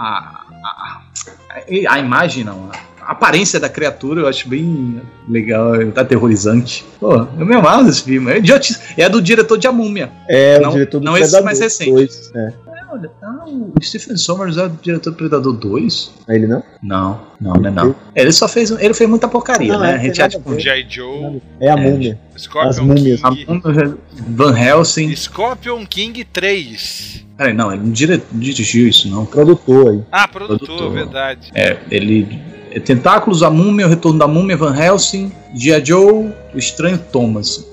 a- a- a- a imagem não. a- a aparência da criatura eu acho bem legal, é aterrorizante. Pô, eu me amava desse filme. É, idiotice. é do diretor de A Múmia. É, Não- o diretor do não esse Predador mais recente. dois, é. É, olha, ah, o Stephen Sommers é o diretor do Predador 2? Aí É ele não? Não, não, não é não. Ele só fez, ele fez muita porcaria, Não, né? é, A gente tem já, nada a tipo, ver. G.I. Joe, É a É. múmia. As Scorpion múmias. a King. Múmia, Van Helsing. Scorpion King 3. Peraí, não, ele não dire- dirigiu isso, não. Produtor aí. Ah, produtor, Produtor. verdade. É, ele. é Tentáculos, a Múmia, o Retorno da Múmia, Van Helsing, G.I. Joe, o Estranho Thomas.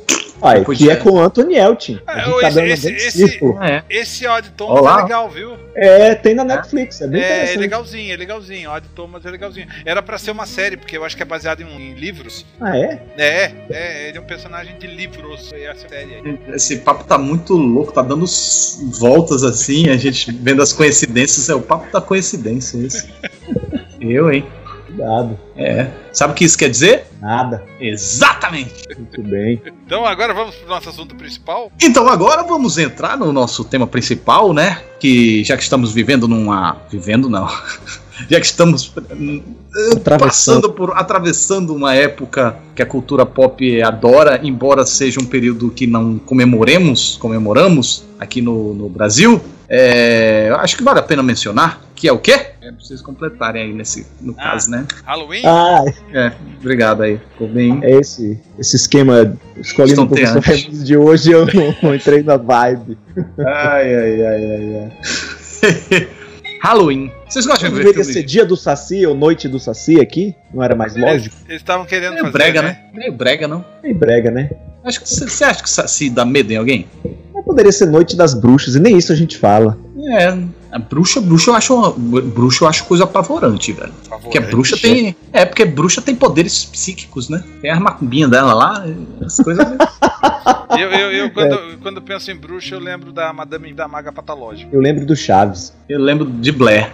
Ah, é, Depois que de- é com o Anthony Elton. A Ah, gente tá esse- dando esse- um esse- círculo. Ah, é. Esse Odd Thomas Olá. é legal, viu? É, tem na Netflix, é bem É, é interessante. legalzinho, é legalzinho. Odd Thomas é legalzinho. Era pra ser uma série, porque eu acho que é baseado em, em livros. Ah, é? É, é, ele é um personagem de livros. É essa série aí. Esse papo tá muito louco, tá dando s- voltas assim, a gente vendo as coincidências. É o papo da coincidência, esse. Eu, hein? Cuidado. É. Sabe o que isso quer dizer? Nada. Exatamente! Muito bem. Então agora vamos pro nosso assunto principal. Então agora vamos entrar no nosso tema principal, né? Que já que estamos vivendo numa. Vivendo não. Já que estamos Atravessando. passando por atravessando uma época que a cultura pop adora, embora seja um período que não comemoremos, comemoramos aqui no, no Brasil. é, eu acho que vale a pena mencionar que é o quê? É pra vocês completarem aí nesse no Ah. caso, né? Halloween? Ah, É, obrigado aí. Ficou bem. é esse, esse esquema um escolhendo o professor Estonteante. Raimundo de hoje, eu não, não entrei na vibe. Ai, ai, ai, ai, ai. Halloween. Vocês gostam de ver Deveria filmes? ser dia do Saci ou noite do Saci aqui? Não era mais lógico? Eles estavam querendo Meio fazer. brega, né? Meio brega, não. Bem brega, né? Acho que você você acha que Saci dá medo em alguém? Mas poderia ser noite das bruxas, e nem isso a gente fala. É. A bruxa, bruxa eu acho uma- bruxa eu acho coisa apavorante, velho. Porque a bruxa tem. É, porque bruxa tem poderes psíquicos, né? Tem a macumbinha dela lá, as coisas. né? Eu, eu, É. eu, quando, quando penso em bruxa, eu lembro da Madame da Maga Patológica. Eu lembro do Chaves. eu lembro de Blair.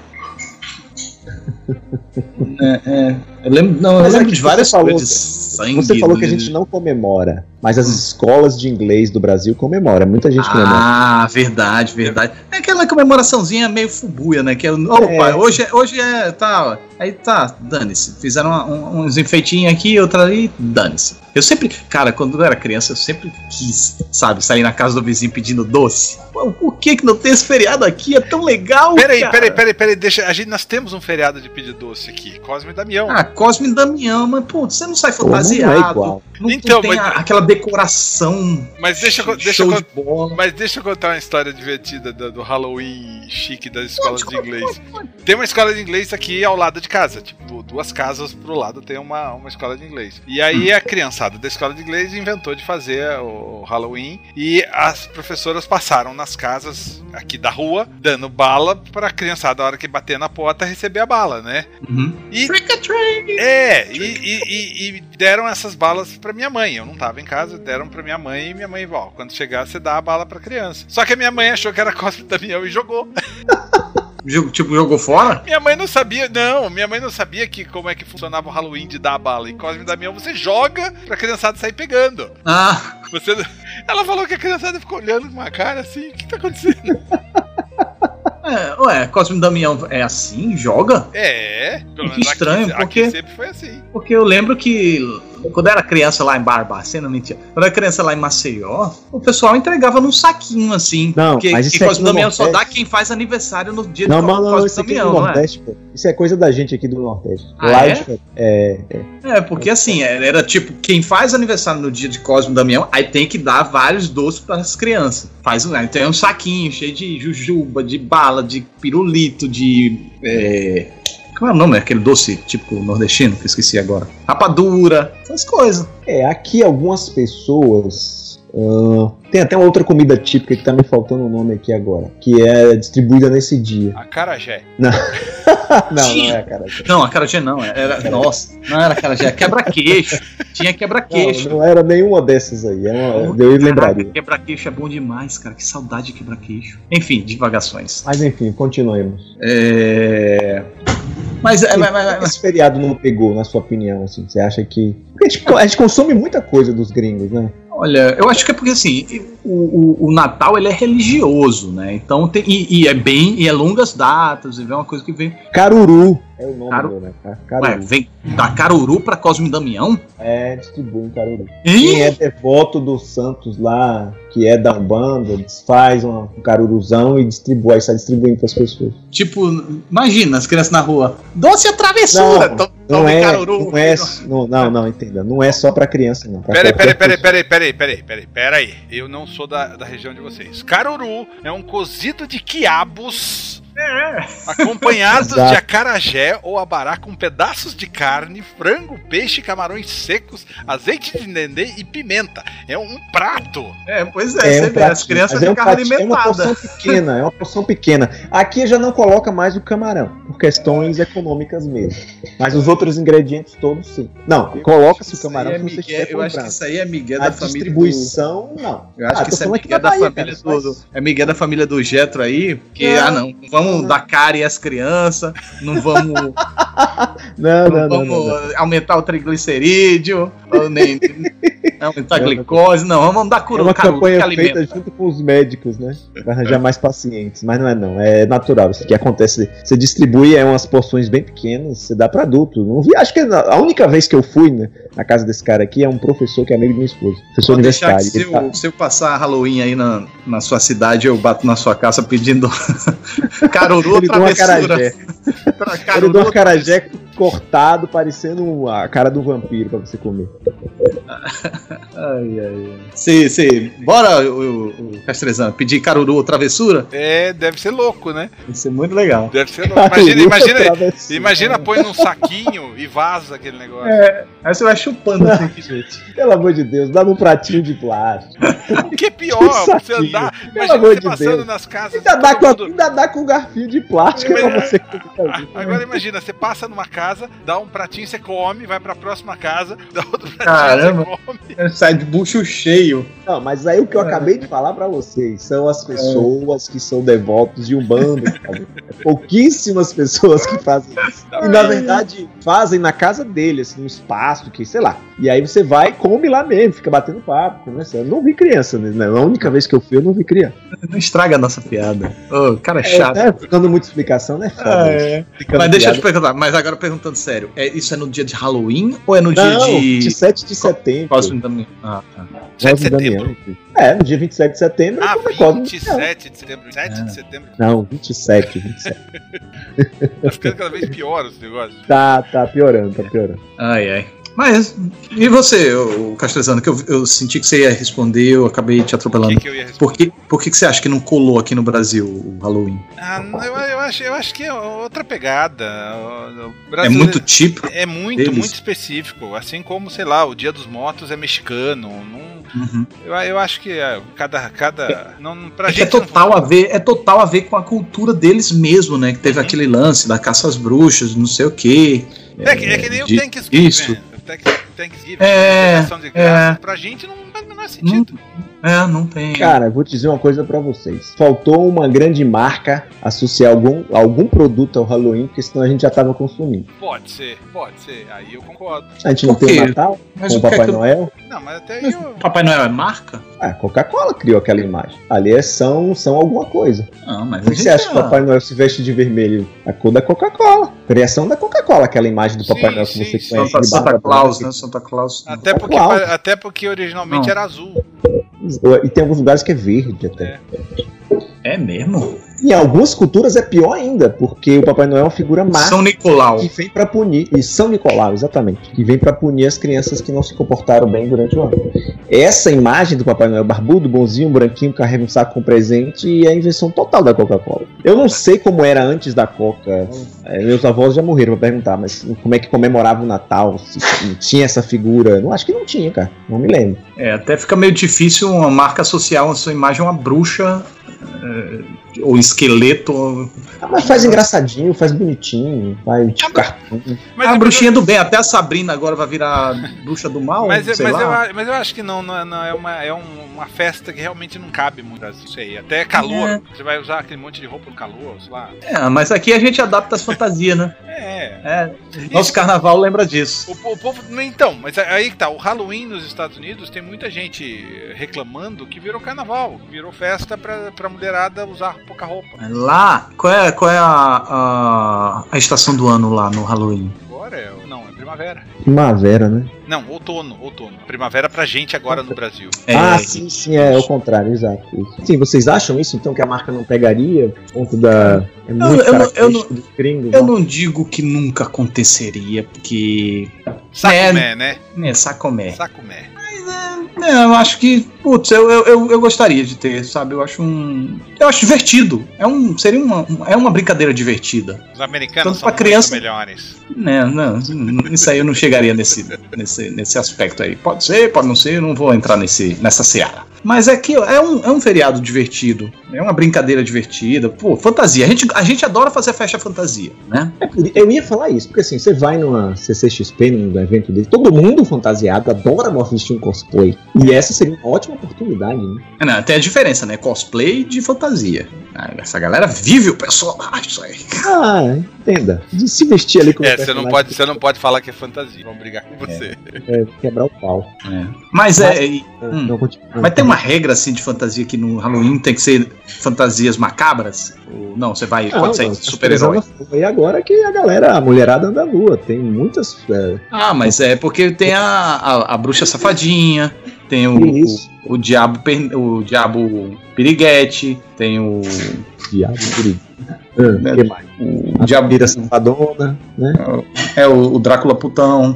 É, é, eu lembro, não, eu Mas lembro aqui de você várias falou- coisas. Sangue, Você falou que a gente não comemora, mas as escolas de inglês do Brasil comemora. Muita gente comemora. Hum. Ah, verdade, verdade. É aquela comemoraçãozinha meio fubuia, né? Que é, opa, É. hoje é, hoje é tá, ó, aí tá, dane-se. Fizeram uma- um- uns enfeitinhos aqui, outra ali, dane-se. Eu sempre, cara, quando eu era criança, eu sempre quis, sabe, sair na casa do vizinho pedindo doce. Pô, por que que não tem esse feriado aqui? É tão legal, Peraí, cara. peraí, peraí, peraí, deixa. A gente, nós temos um feriado de pedir doce aqui. Cosme e Damião. Ah, Cosme e Damião, mas pô, você não sai Pô, não fantasiado. é igual. não- não Então, tem mas- a- aquela decoração. mas deixa, eu- deixa, eu show con- de bola. Mas deixa eu contar uma história divertida da- do Halloween chique das escolas de inglês. Tem uma escola de inglês aqui ao lado de casa, tipo, duas casas pro lado tem uma, uma escola de inglês. E aí a criançada da escola de inglês inventou de fazer o Halloween e as professoras passaram nas casas aqui da rua, dando bala pra criançada, a hora que bater na porta, receber a bala, né? Uhum. E- Trick or treat. É, e, e- e- e deram essas balas pra minha mãe. Eu não tava em casa, deram pra minha mãe e minha mãe, ó, quando chegar, você dá a bala pra criança. Só que a minha mãe achou que era Cosme e Damião e jogou. Jogo- Tipo, jogou fora? Minha mãe não sabia, não, minha mãe não sabia que como é que funcionava o Halloween de dar a bala. E Cosme e Damião você joga pra criançada sair pegando. Ah. Você... Ela falou que a criançada ficou olhando com uma cara assim, o que tá acontecendo? É, ué, Cosme e Damião é assim? Joga? É, pelo Que estranho, aqui, porque- aqui sempre foi assim. Porque eu lembro que quando eu era criança lá em Barbacena, mentira, quando eu era criança lá em Maceió, o pessoal entregava num saquinho assim. Não, porque mas isso que é Cosme e no Damião só dá Nordeste. quem faz aniversário no dia Não, do mas não, não, Cosme e isso aqui é Damião, do não é? Nordeste, pô. Isso é coisa da gente aqui do Nordeste. Ah, Lá é? é diferente. É, é. É, porque assim, era era tipo, quem faz aniversário no dia de Cosme e Damião, aí tem que dar vários doces para as crianças. Faz um, aí tem um saquinho cheio de jujuba, de bala, de pirulito, de. É, como é o nome? Aquele doce típico nordestino que eu esqueci agora. Rapadura, essas coisas. É, aqui algumas pessoas. ahn, tem até uma outra comida típica que tá me faltando o nome aqui agora, que é distribuída nesse dia. A é Carajé. não, não Ah, Tinha. é, cara. Não, a carajé não, era. Nossa, não era carajé, quebra-queixo. Tinha quebra-queixo. Não, não era nenhuma dessas aí. É uma, eu lembraria. Caraca, Quebra-queixo é bom demais, cara. Que saudade de quebra-queixo. Enfim, divagações. Mas enfim, continuemos. É. Mas, é, mas, mas, mas Esse feriado não pegou, na sua opinião, assim? Você acha que. Porque a gente, a gente consome muita coisa dos gringos, né? Olha, eu acho que é porque assim, o, o, o Natal ele é religioso, né? Então tem. E, e é bem. E é longas datas, e é uma coisa que vem. Caruru é o nome Caru- do, né? cara? Ué, Caruru. vem da Caruru pra Cosme e Damião? É, distribui em Caruru. Quem Hein? é devoto dos santos lá, que é da Umbanda, eles faz um um caruruzão e distribui, aí sai distribuindo pras pessoas. Tipo, imagina as crianças na rua. Doce a travessura! Não, to- Não tome é, Caruru. não é, não, não, não, entenda, não é só pra criança, não. pra Peraí, peraí, peraí, qualquer pessoa. peraí, peraí, peraí, peraí, peraí. Eu não sou da, da região de vocês. Caruru é um cozido de quiabos acompanhados de É. Exato. acarajé ou abará com pedaços de carne, frango, peixe, camarões secos, azeite de dendê e pimenta. É um prato. É, pois é, você vê, as pratinho, crianças mas é um ficavam pratinho, É uma alimentadas. porção pequena, é uma porção pequena. Aqui já não coloca mais o camarão, por questões econômicas mesmo. Mas os outros ingredientes todos sim. Não, coloca-se o Isso aí camarão é se você Miguel- quiser Eu acho comprar. que isso aí é Miguel A da família. do- distribuição, não. Eu acho Ah, que tô isso é falando aqui Miguel da, Bahia, família cara, do, mas- do- É Miguel da família do Getro aí. Que, Não. ah, não, não vamos dar cara e as crianças. Não vamos, não Não, não, não, vamos não, não. aumentar o triglicerídeo. ou nem, aumentar a Não, não. glicose. Não, vamos dar É cura um uma cara, campanha que alimenta. né? feita junto com os médicos, né? Pra É. arranjar mais pacientes. Mas não é não, é natural. Isso que acontece. Você distribui é umas porções bem pequenas, você dá pra adulto. Não vi, acho que a única vez que eu fui né, na casa desse cara aqui é um professor que é amigo de minha esposa. Professor Pode deixar que universitário. se Ele tá- eu, se eu passar Halloween aí na, na sua cidade, eu bato na sua casa pedindo caruru ou Ele deu um travessura. acarajé. Pra Ele deu caruru um acarajé cortado, parecendo a cara do vampiro pra você comer. Ai, ai, ai. Sim, sim. Bora, o, o, o Castrezano, pedir caruru ou travessura? É, deve ser louco, né? Isso é muito legal. Deve ser louco. Imagina, Caruru é um imagina, atravessou. imagina põe num saquinho e vaza aquele negócio. É. Aí você vai chupando assim. Pelo amor de Deus, dá num pratinho de plástico. O que é pior, Que você Um saquinho. andar. Pelo Imagina amor você de passando Deus. nas casas. Ainda de dá, com, todo mundo. ainda dá com um garfinho de plástico pra você comer. Ah, Agora imagina, você passa numa casa, dá um pratinho, você come, vai pra próxima casa, dá outro pratinho, Caramba. você come. Sai de bucho cheio. Não, mas aí o que eu acabei de falar pra vocês são as pessoas que são devotos de Umbanda. sabe? Pouquíssimas pessoas que fazem isso. E na verdade fazem na casa dele, assim, um espaço que, sei lá. E aí você vai e come lá mesmo, fica batendo papo, conversando. Não vi criança, né? Na única vez que eu fui, eu não vi criança. Não estraga a nossa piada. Ô, cara É, chato. né? Ficando muita explicação, né? Foda, Ah, né? é. Ficando Mas deixa eu te piada. perguntar, mas agora perguntando sério, é, isso é no dia de Halloween ou é no Não, dia de. 27 de setembro. Cosme Damião? Ah, tá. 7 de Cosme setembro. Damião, né? filho. É, no dia 27 de setembro. Ah, eu comi Cosme Damião. 27 de setembro. 7 Ah. de setembro. Não, 27, 27. Tá ficando cada vez pior os negócios. Tá, tá piorando, tá piorando. Ai, ai. Mas, e você, ô, Castrezano, que eu, eu senti que você ia responder, eu acabei te O atropelando. que, que eu ia responder? Por, que, por que, que você acha que não colou aqui no Brasil o Halloween? É Ah, não, eu, eu acho, eu acho que é outra pegada. O- o É brasileiro- muito típico. É muito, deles. muito específico. Assim como, sei lá, o Dia dos Mortos é mexicano. Não, eu, eu acho que é, cada. cada não, não- pra Uhum. É que gente é não- total a ver, é total a ver com a cultura deles mesmo, né? Que teve Uhum. aquele lance da caça às bruxas, não sei o quê. É, que, é que nem o de- Thanksgiving. isso. né? O Thanks- Thanksgiving. É, celebração de graças, Pra gente não faz o menor sentido. É, não tem. Cara, vou te dizer uma coisa pra vocês. Faltou uma grande marca associar algum, algum produto ao Halloween, porque senão a gente já tava consumindo. Pode ser, pode ser. Aí eu concordo. A gente não Por tem quê? o Natal Mas com o o que é Papai que eu- Noel. Não, mas até aí eu. Papai Noel é marca? Ah, a Coca-Cola criou aquela imagem. Ali é são, são alguma coisa. Não, mas então. é- Por que você acha que o Papai Noel se veste de vermelho? A cor da Coca-Cola. Criação da Coca-Cola, aquela imagem do Sim, Papai Noel que sim, você sim. conhece. Santa, de barba Santa Claus, branca. né? Santa Claus. Até porque, Uau. até porque originalmente Não. era azul. E tem alguns lugares que é verde até. É mesmo? Em algumas culturas é pior ainda, porque o Papai Noel é uma figura má. São Nicolau. que vem pra punir, e São Nicolau, exatamente, que vem pra punir as crianças que não se comportaram bem durante o ano. Essa imagem do Papai Noel barbudo, bonzinho, branquinho, carrega um saco com presente é a invenção total da Coca-Cola. Eu não sei como era antes da Coca. É, meus avós já morreram pra perguntar, mas como é que comemorava o Natal? Se se tinha essa figura? Não acho que não tinha, cara. Não me lembro. É, até fica meio difícil uma marca associar a sua imagem a uma bruxa. é, ou esqueleto. Ou... Ah, mas faz engraçadinho, faz bonitinho, faz de Ah, cartão. Mas é ah, eu- bruxinha do bem, até a Sabrina agora vai virar bruxa do mal, Mas, eu- sei mas lá. eu, a- mas eu acho que não, não, é- não, é, uma, é um- uma festa que realmente não cabe muito assim, isso aí. Até calor, É. você vai usar aquele monte de roupa no calor, sei lá. É, mas aqui a gente adapta as fantasias, né? É. É, nosso carnaval lembra disso. O, po- o povo. não, Então, mas aí que tá. O Halloween nos Estados Unidos tem muita gente reclamando que virou carnaval, virou festa pra, pra mulherada usar pouca roupa. Lá, qual é, qual é a, a, a estação do ano lá no Halloween? Agora é. Não, é primavera. Primavera, né? Não, outono, outono. Primavera pra gente agora no Brasil. É, ah, sim, sim, é, o contrário, exato. Sim, vocês acham isso então que a marca não pegaria? por Conta da. É muito eu não- eu característico dos gringos, Eu né? não digo que nunca aconteceria, porque. Sacomé, né? né, sacomé. Sacomé. Não, É, eu acho que, putz, eu, eu, eu, eu gostaria de ter, sabe? Eu acho um. Eu acho divertido. É um, seria uma, uma- é uma brincadeira divertida. Os americanos Tanto são pra criança- muito melhores. Né, não, isso aí eu não chegaria nesse, nesse, nesse aspecto aí. Pode ser, pode não ser, eu não vou entrar nesse, nessa seara. Mas é que é um, é um feriado divertido. É uma brincadeira divertida. Pô, fantasia. A gente, a gente adora fazer festa fantasia, né? É, Eu ia falar isso, porque assim, você vai numa CCXP, num evento dele, todo mundo fantasiado, adora vestir um cosplay. E essa seria uma ótima oportunidade, né? Não, tem a diferença, né? Cosplay de fantasia. Ah, Essa galera vive o personagem. isso aí. Ah, entenda. De se vestir ali com um É, você não, pode, você não pode falar que é fantasia. Vão brigar com você. quebrar o pau. Mas é. e- É, Hum. não continua. Mas tem uma regra assim de fantasia que no Halloween tem que ser fantasias macabras? Ou não, você vai. Não, pode ser mas super-herói. essa coisa foi agora que a galera, a mulherada anda à lua. Tem muitas. É, Ah, mas é porque tem a, a, a bruxa safadinha, tem o, Isso. o, o diabo per- o diabo piriguete, tem o, diabo, querido. Ah, É, que mais? o A diabo Vira Safadona, né? é o, o Drácula putão.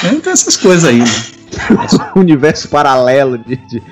Tem tem essas coisas aí. Né? Universo paralelo de, de,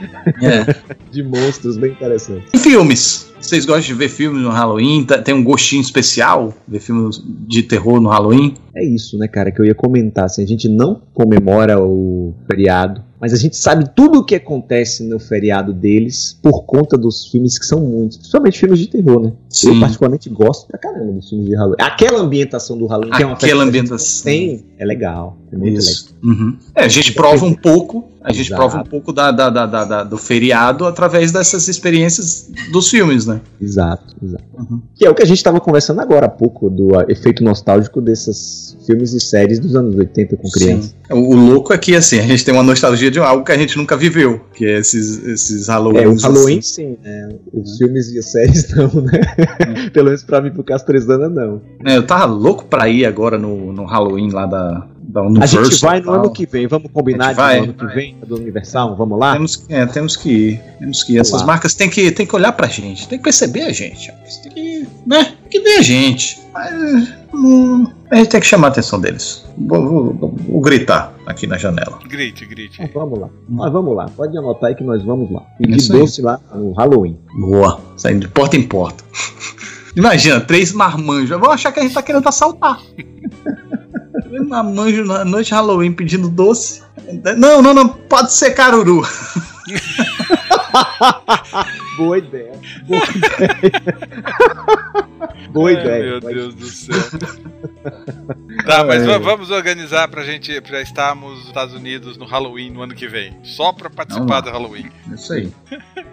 É. de monstros bem interessantes. E filmes. Vocês gostam de ver filmes no Halloween? Tá- Tem um gostinho especial ver filmes de terror no Halloween? É isso, né, cara, que eu ia comentar. Assim, a gente não comemora o feriado, mas a gente sabe tudo o que acontece no feriado deles por conta dos filmes que são muitos, principalmente filmes de terror, né? Eu particularmente gosto pra caramba dos filmes de Halloween. Aquela ambientação do Halloween, que é uma festa Aquela que a gente ambientação. tem, é legal. É muito legal. Isso. Uhum. É, a gente prova um pouco, a gente Exato. prova um pouco da, da- da- da- da- do feriado através dessas experiências dos filmes, né? Exato, exato. Uhum. Que é o que a gente tava conversando agora há pouco, do ah, efeito nostálgico desses filmes e séries dos anos 80 com criança. Sim. O, o louco é que assim, a gente tem uma nostalgia de algo que a gente nunca viveu, que é esses, esses Halloween. É, o Halloween sim, né? Os filmes e as séries não, né? Pelo menos pra mim, pro Castrezana, não. É, eu tava louco pra ir agora no, no Halloween lá da, da A Universal. gente vai e no tal. ano que vem, vamos A combinar gente de no vai, ano que vem, do Universal, vamos lá? Temos, que- é, temos que ir. Temos que ir. Essas Olá. marcas têm que, têm que olhar pra gente, tem que perceber a gente. Tem que, né? Tem que ver a gente. Mas, hum, a gente tem que chamar a atenção deles. Vou, vou- vou- vou gritar aqui na janela. Grite, grite. Então Vamos lá, mas vamos lá, pode anotar aí que nós vamos lá. Pedir É Isso aí. doce lá no Halloween. Boa. Saindo de porta em porta. Imagina, três marmanjos. Vão achar que a gente tá querendo assaltar. Três marmanjos na noite de Halloween pedindo doce. Não, não, não. Pode ser caruru. Boa ideia. Boa ideia. Boa Ai, ideia. É, Meu Pode- Deus do céu. tá, mas É. Ai, va- ai. vamos organizar pra gente pra estarmos nos Estados Unidos no Halloween no ano que vem. Só pra participar Vamos do Halloween. Isso aí.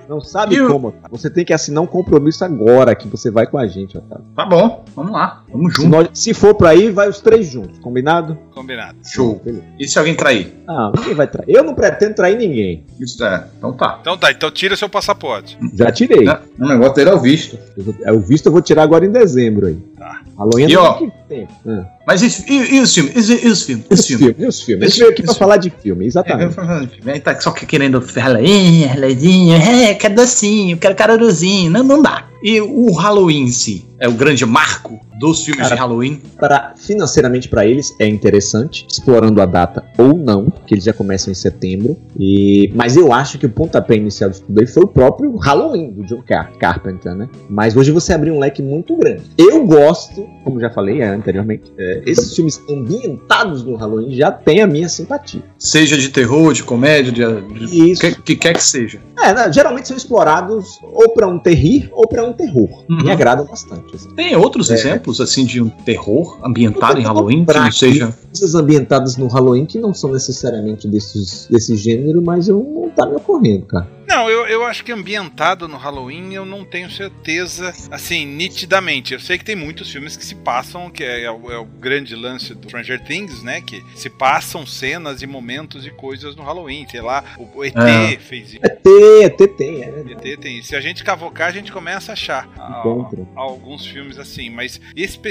Não sabe E o- como, Otávio. você tem que assinar um compromisso agora que você vai com a gente, Otávio. Tá bom. Vamos lá. Vamos Se, junto. nós- se for pra ir, vai os três juntos, combinado? Combinado. Show. Beleza. E se alguém trair? Ah, ninguém vai trair. Eu não pretendo trair ninguém. Isso é. Então tá. Então tá, então tira seu passaporte. Já tirei. O negócio dele é o visto. Eu vou- O visto eu vou tirar agora em dezembro aí. Tá. Halloween é E, no ó, ano que vem. Ah. Mas e, e- e os filmes? E, os- e os filmes? E os Os filmes? filmes, os filmes. A gente Esse- veio aqui pra esse- falar de filme, É, eu exatamente. falo, Aí tá só que querendo Halloween, Halloween, é, quero docinho, quero caruruzinho, não, não dá. E o Halloween em si é o grande marco dos filmes Cara, de Halloween. Pra, financeiramente pra eles é interessante, explorando a data ou não, que eles já começam em setembro. E, mas eu acho que o pontapé inicial disso tudo aí foi o próprio Halloween do John Car Carpenter, né? Mas hoje você abriu um leque muito grande. Eu gosto, como já falei é, anteriormente, é, esses filmes ambientados no Halloween já têm a minha simpatia. Seja de terror, de comédia, de, de Isso. que, que quer que seja. É, né, geralmente são explorados ou pra um terrir ou pra um um terror. Uhum. Me agrada bastante. assim. Tem outros É. exemplos, assim, de um terror ambientado em Halloween, que Pra não aqui, seja. Coisas ambientadas no Halloween que não são necessariamente desses, desse gênero, mas eu não tá me ocorrendo, cara. Não, eu, eu acho que ambientado no Halloween eu não tenho certeza, assim, nitidamente. Eu sei que tem muitos filmes que se passam, que é, é o, é o grande lance do Stranger Things, né? Que se passam cenas e momentos e coisas no Halloween. Sei lá, o, o ET É. fez isso. Tem, até tem, é verdade. ET tem isso. Se a gente cavocar, a gente começa a achar a- Encontro. a- alguns filmes assim, mas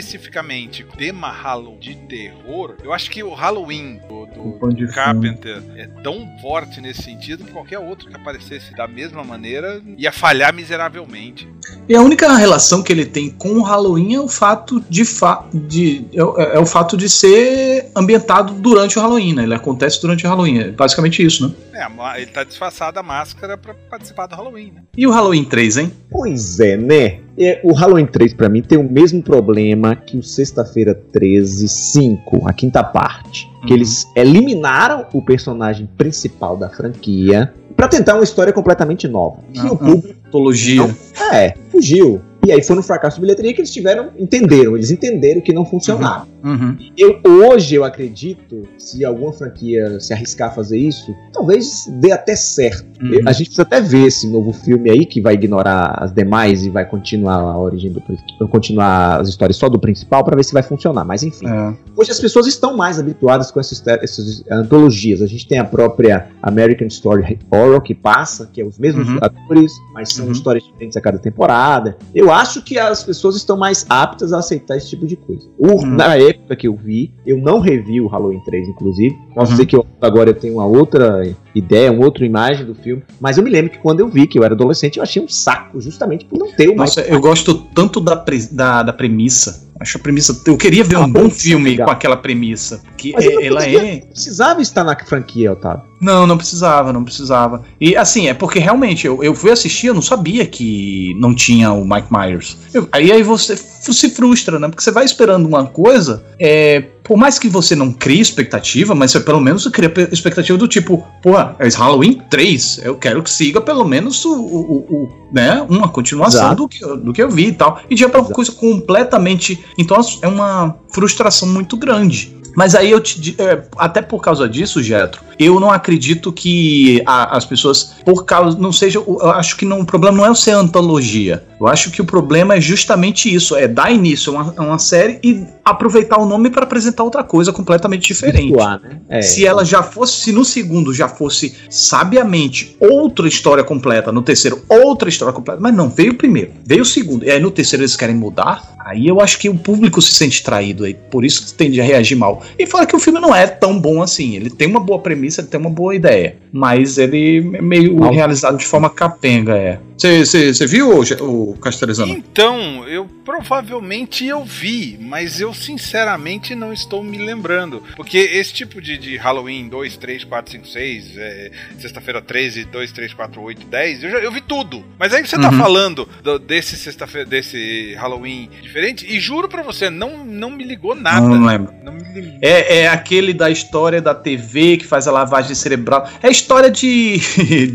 especificamente tema Halloween de terror, eu acho que o Halloween do, do- O pano de do Carpenter é tão forte nesse sentido que qualquer outro que aparecesse da mesma maneira ia falhar miseravelmente. E a única relação que ele tem com o Halloween é o fato de, fa de é, o- é o fato de ser ambientado durante o Halloween, né? Ele acontece durante o Halloween, é basicamente isso, né? É, a ma- ele tá disfarçado a máscara pra participar do Halloween, né? E o Halloween 3, hein? Pois é, né? É, o Halloween 3 pra mim tem o mesmo problema que o Sexta-feira 13 5, a quinta parte, que Uhum. eles eliminaram o personagem principal da franquia pra tentar uma história completamente nova. E Ah, o público Mitologia. É, fugiu. E aí foi no fracasso de bilheteria que eles tiveram, entenderam, eles entenderam que não funcionava. Uhum. Eu, hoje eu acredito, se alguma franquia se arriscar a fazer isso, talvez dê até certo. Uhum. A gente precisa até ver esse novo filme aí que vai ignorar as demais e vai continuar a origem do continuar as histórias só do principal pra ver se vai funcionar. Mas enfim, É. hoje as pessoas estão mais habituadas com essas, te- essas antologias. A gente tem a própria American Story Horror que passa, que é os mesmos Uhum. atores, mas são Uhum. histórias diferentes a cada temporada. Eu acho que as pessoas estão mais aptas a aceitar esse tipo de coisa. O- Uhum. Na época que eu vi, eu não revi o Halloween 3, inclusive. Posso Uhum. dizer que eu- agora eu tenho uma outra ideia, uma outra imagem do filme. Mas eu me lembro que quando eu vi, que eu era adolescente, eu achei um saco, justamente por não ter o mais. Nossa, eu gosto tanto da, pre- da, da premissa. Acho a premissa. Eu queria ver Ah, um bom isso é filme legal. com aquela premissa. Que Mas é- eu não ela poderia- é. Precisava estar na franquia, Otávio. Não, não precisava, não precisava. E assim, é porque realmente eu, eu fui assistir, eu não sabia que não tinha o Mike Myers. Eu- aí, aí você f- se frustra, né? Porque você vai esperando uma coisa, é, por mais que você não crie expectativa, mas você pelo menos cria pe- expectativa do tipo, porra, é Halloween 3, eu quero que siga pelo menos o, o- o- o- né, uma continuação Exato. do que, eu- do que eu vi e tal. E já para uma Exato. coisa completamente. Então é uma frustração muito grande. Mas aí eu te. di- é, até por causa disso, Getro, eu não acredito que a- as pessoas. Por causa. Não seja. o- Eu acho que não, o problema não é o ser antologia. Eu acho que o problema é justamente isso: é dar início a uma, a uma série e aproveitar o nome para apresentar outra coisa completamente diferente. Situar, né? É. Se ela já fosse, se no segundo já fosse sabiamente outra história completa, no terceiro outra história completa, mas não, veio o primeiro, veio o segundo, e aí no terceiro eles querem mudar, aí eu acho que o público se sente traído, aí por isso que tende a reagir mal. E fala que o filme não é tão bom assim, ele tem uma boa premissa, ele tem uma boa ideia, mas ele é meio Mal. realizado de forma capenga, é. Você viu o, Ge- o Castelezano? Então, eu provavelmente eu vi, mas eu sinceramente não estou me lembrando. Porque esse tipo de, de Halloween 2, 3, 4, 5, 6, é, sexta-feira 13, 2, 3, 4, 8, 10, eu, já, eu vi tudo. Mas aí você tá Uhum. falando do- desse sexta-feira, desse Halloween diferente, e juro pra você, não, não me ligou nada. Não lembro. Não me ligou. É, é aquele da história da TV que faz a lavagem cerebral. É a história de,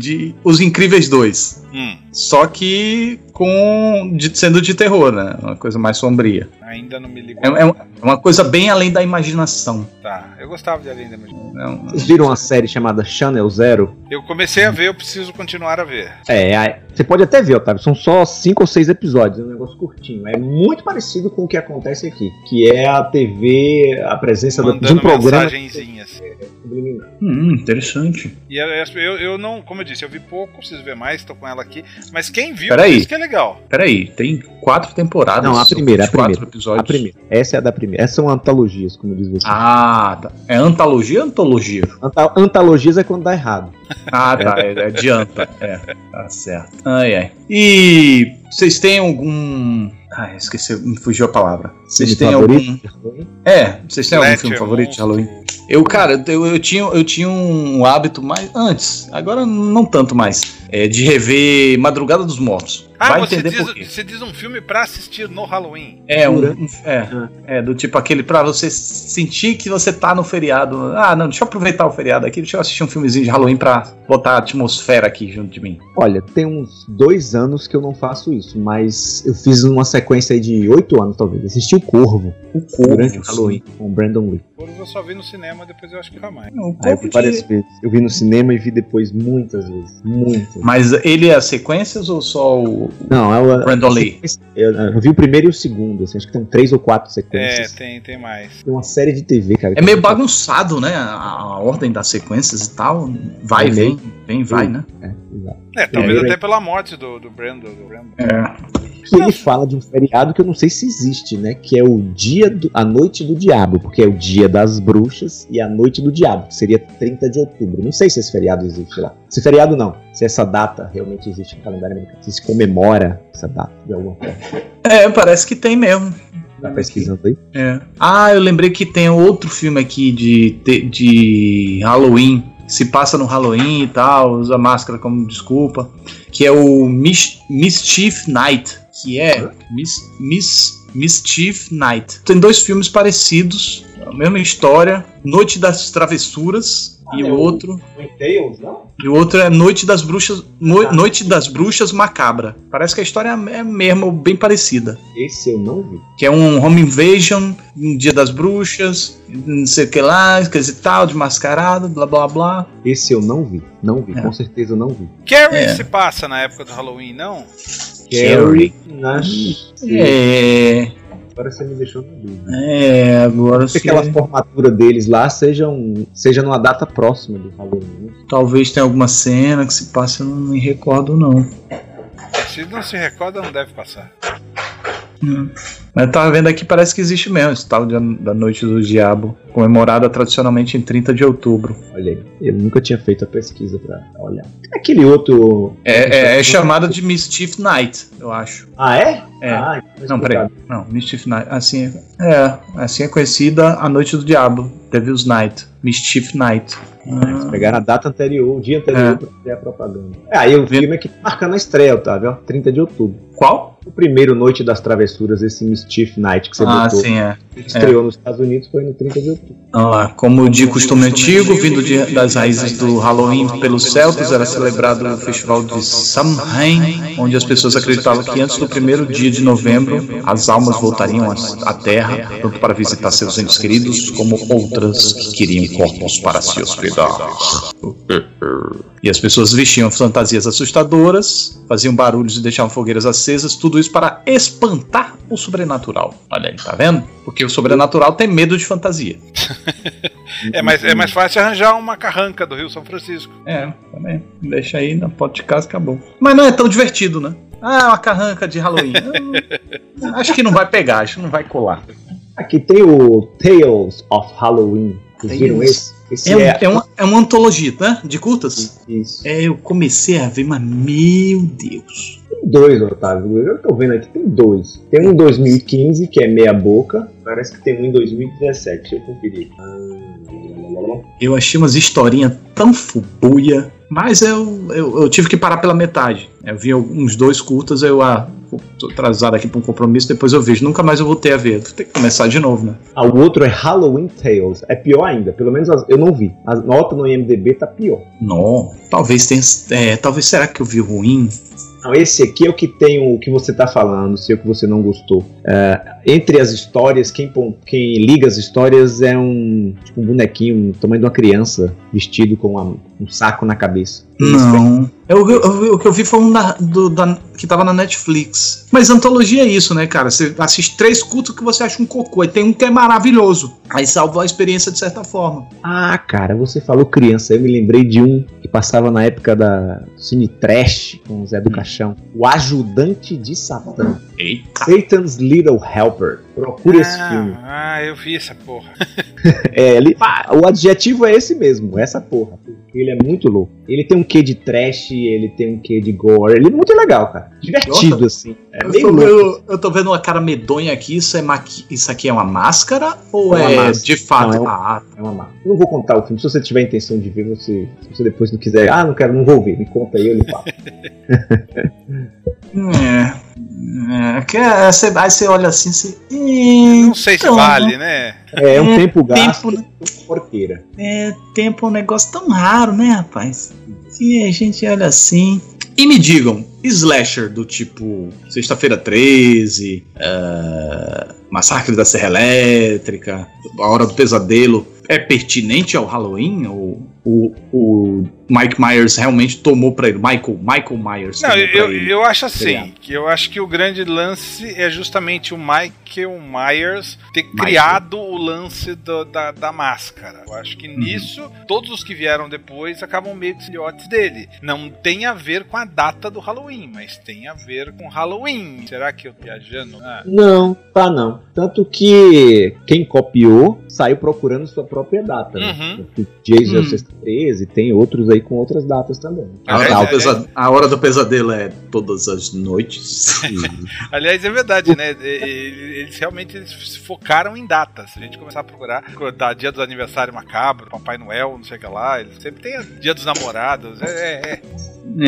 de Os Incríveis 2. Hum, Só que com de- sendo de terror, né? Uma coisa mais sombria. ainda não me ligou. É, é um- é uma coisa bem além da imaginação. Tá, eu gostava de Além da Imaginação. É um- Vocês viram uma série chamada Channel Zero? Eu comecei a ver, eu preciso continuar a ver. É, a- você pode até ver, Otávio, são só cinco ou seis episódios, é um negócio curtinho. É muito parecido com o que acontece aqui, que é a TV, a presença tá da- de um Mandando programa mensagenzinhas. subliminar. Hum, interessante. E eu, eu, eu não, como eu disse, eu vi pouco, preciso ver mais, tô com ela aqui. Mas quem viu, Peraí. isso que é legal. Peraí, tem quatro temporadas. Não, a primeira, a os quatro primeira. episódios. A primeira, essa é a da primeira. Essas são antologias, como diz você. Ah, tá. é antologia ou antologia? Anta- antologias é quando dá errado. Ah, tá. É, adianta. É, tá certo. Ai, ai. E vocês têm algum. Ah, esqueci, me fugiu a palavra. Vocês Filme têm favorito? algum. É, vocês têm algum Fletcher, filme favorito de um Monstro. Halloween? Eu, cara, eu, eu tinha, eu tinha um hábito mais. Antes, agora não tanto mais. É de rever Madrugada dos Mortos. Ah, Vai você, entender diz, por quê. você diz um filme pra assistir no Halloween. É, um, Durante- um- é, é, do tipo aquele pra você sentir que você tá no feriado. Ah, não, deixa eu aproveitar o feriado aqui, deixa eu assistir um filmezinho de Halloween pra botar a atmosfera aqui junto de mim. Olha, tem uns dois anos que eu não faço isso, mas eu fiz uma sequência aí de oito anos, talvez. Assisti o Corvo. O corpo. durante o sim. Halloween, com o Brandon Lee. Corvo eu só vi no cinema, depois eu acho que jamais. Não, É, o Ah, eu corpo vi de- várias vezes. Eu vi no cinema e vi depois muitas vezes. Muitas. Mas ele é as sequências ou só o Não, ela. Brandon Lee? Eu, eu vi o primeiro e o segundo, assim, acho que tem três ou quatro É, sequências. tem, tem mais. Tem uma série de TV, cara. É meio bagunçado, né? A, a ordem das sequências e tal. Vai, É vem, vem, vai, né? É, exato. É, talvez É, até pela morte do, do Brando. Do Brando. É. Que ele fala de um feriado que eu não sei se existe, né? Que é o dia do, a noite do diabo, porque é o dia das bruxas e a noite do diabo, que seria 30 de outubro. Não sei se esse feriado existe lá. Se feriado não, se essa data realmente existe no calendário americano, se se comemora essa data de alguma forma. É, parece que tem mesmo. Tá pesquisando aí? É. Ah, eu lembrei que tem outro filme aqui de, te- de Halloween. Se passa no Halloween e tal, usa máscara como desculpa. Que é o Mis- Mischief Night. Que é Mis, Mis, Mischief Night. Tem dois filmes parecidos, a mesma história. Noite das Travessuras e Ah, o é o- outro. Tales, não? E o outro é Noite das Bruxas. Mo- Ah. Noite das Bruxas Macabra. Parece que a história é a é a mesma, ou bem parecida Esse eu não vi. que é um home invasion, um dia das bruxas, não sei o que lá, coisa e tal, de mascarado, blá blá blá. Esse eu não vi. Não vi, É. com certeza eu não vi. Carrie É. se passa na época do Halloween, não? Carrie. Nash. É, Agora você me deixou na dúvida. Hum. é, agora Se sim. aquela formatura deles lá seja, um, seja numa data próxima do Halloween. né? Talvez tenha alguma cena que se passe, eu não me recordo não. Se não se recorda, não deve passar. Mas eu tava vendo aqui, parece que existe mesmo esse tal de- da Noite do Diabo, comemorada tradicionalmente em 30 de outubro. Olha aí, eu nunca tinha feito a pesquisa pra olhar. É Aquele outro. É, é, é chamada de Mischief Night, eu acho. Ah, é? É. Ah, então Não, peraí. explicado. Não, Mischief Night. Assim é, é. Assim é conhecida a Noite do Diabo. Devil's Night. Mischief Night. Ah, Eles pegaram a data anterior, o dia anterior pra fazer a propaganda. É, aí o É. Vê- filme é que marca na estreia, Otávio, ó, 30 de outubro. Qual? O primeiro Noite das Travessuras, esse Mischief Night que você ah, botou, sim, é. ele estreou nos Estados Unidos, foi no 30 de outubro. Olha lá. Como de costume antigo, vindo de- das raízes do Halloween pelos celtas, era celebrado o festival de Samhain, onde as pessoas acreditavam que antes do primeiro dia de novembro, as almas voltariam às- à terra, tanto para visitar seus entes queridos, como outras que queriam corpos para se hospedar. E as pessoas vestiam fantasias assustadoras, faziam barulhos e deixavam fogueiras acesas, tudo isso para espantar o sobrenatural. Olha aí, tá vendo? Porque o sobrenatural tem medo de fantasia. É mais, é mais fácil arranjar uma carranca do Rio São Francisco. É, também. Deixa aí na porta de casa, acabou. Mas não é tão divertido, né? Ah, uma carranca de Halloween. Eu- acho que não vai pegar, acho que não vai colar. Aqui tem o Tales of Halloween. Vocês viram Tales. esse? Esse É, um- é uma, é uma antologia, né? De curtas? Isso. É, eu comecei a ver, mas meu Deus. Tem dois, Otávio. Eu tô vendo aqui, tem dois. Tem um em 2015, que é meia boca. Parece que tem um em 2017, deixa eu conferir. Ah, Eu achei umas historinhas tão fubuia, mas eu, eu, eu tive que parar pela metade. Eu vi uns dois curtas, eu ah, tô atrasado aqui pra um compromisso, depois eu vejo. Nunca mais eu voltei a ver. Tem que começar de novo, né? Ah, o outro é Halloween Tales. É pior ainda, pelo menos as- eu não vi. A nota no IMDB tá pior. Não, talvez tenha. é, talvez será que eu vi ruim? Não, esse aqui é o que tem o que você tá falando, sei o que você não gostou. É, entre as histórias, quem, pon- quem liga as histórias é um, tipo, um bonequinho, um tamanho de uma criança, vestido com uma- um saco na cabeça. Não. Eu, eu- eu- o que eu vi foi um da, do- da- que tava na Netflix. Mas antologia é isso, né, cara? Você assiste três cultos que você acha um cocô. E tem um que é maravilhoso. Aí salvou a experiência de certa forma. Ah, cara, você falou criança. Eu me lembrei de um que passava na época da Cine Trash com o Zé Hum. do Caixão. O Ajudante de Satã. Eita. Satan's Little Helper. Procura esse ah, filme. ah, eu vi essa porra. É, ele- pá, o adjetivo é esse mesmo, essa porra. Ele é muito louco. Ele tem um quê de trash, ele tem um quê de gore. Ele é muito legal, cara. Divertido, Nossa. assim. É eu, meio tô, louco. eu, eu tô vendo uma cara medonha aqui. Isso, é maqui... isso aqui é uma máscara? Ou É uma é, máscara. de fato? Não, é um- Ah, É uma má. Não vou contar o filme. Se você tiver intenção de ver, você, se você depois não quiser, ah, não quero, não vou ver. Me conta aí, eu lhe falo. Ah, é. É, que é- você- aí você olha assim, você. Não sei se Então, vale, né? É um É, tempo Tempo, gasto, né? porqueira. É, tempo é um negócio tão raro, né, rapaz? E a gente olha assim. E me digam, slasher do tipo Sexta-feira 13, ah, Massacre da Serra Elétrica, A Hora do Pesadelo, é pertinente ao Halloween? Ou o, o Mike Myers realmente tomou pra ele? Michael, Michael Myers Não, tomou pra eu, ele? eu acho assim, criado. que eu acho que o grande lance é justamente o Michael Myers ter Michael. criado o lance do- da, da máscara. Eu acho que nisso, todos os que vieram depois acabam meio de filhotes dele. Não tem a ver com a data do Halloween, mas tem a ver com Halloween. Será que eu tô viajando? Ah, Não, tá não. Tanto que quem copiou saiu procurando sua própria data. Uhum. Né? O Jason Hum. 13 tem outros aí com outras datas também. A, Aliás, a- o aliás- pesa- a Hora do Pesadelo é todas as noites. Aliás, é verdade, né? E- e- Eles realmente eles se focaram em datas. Se a gente começar a procurar, da dia dos aniversários macabro, Papai Noel, não sei o que lá, eles sempre tem dia dos namorados, é, é, é,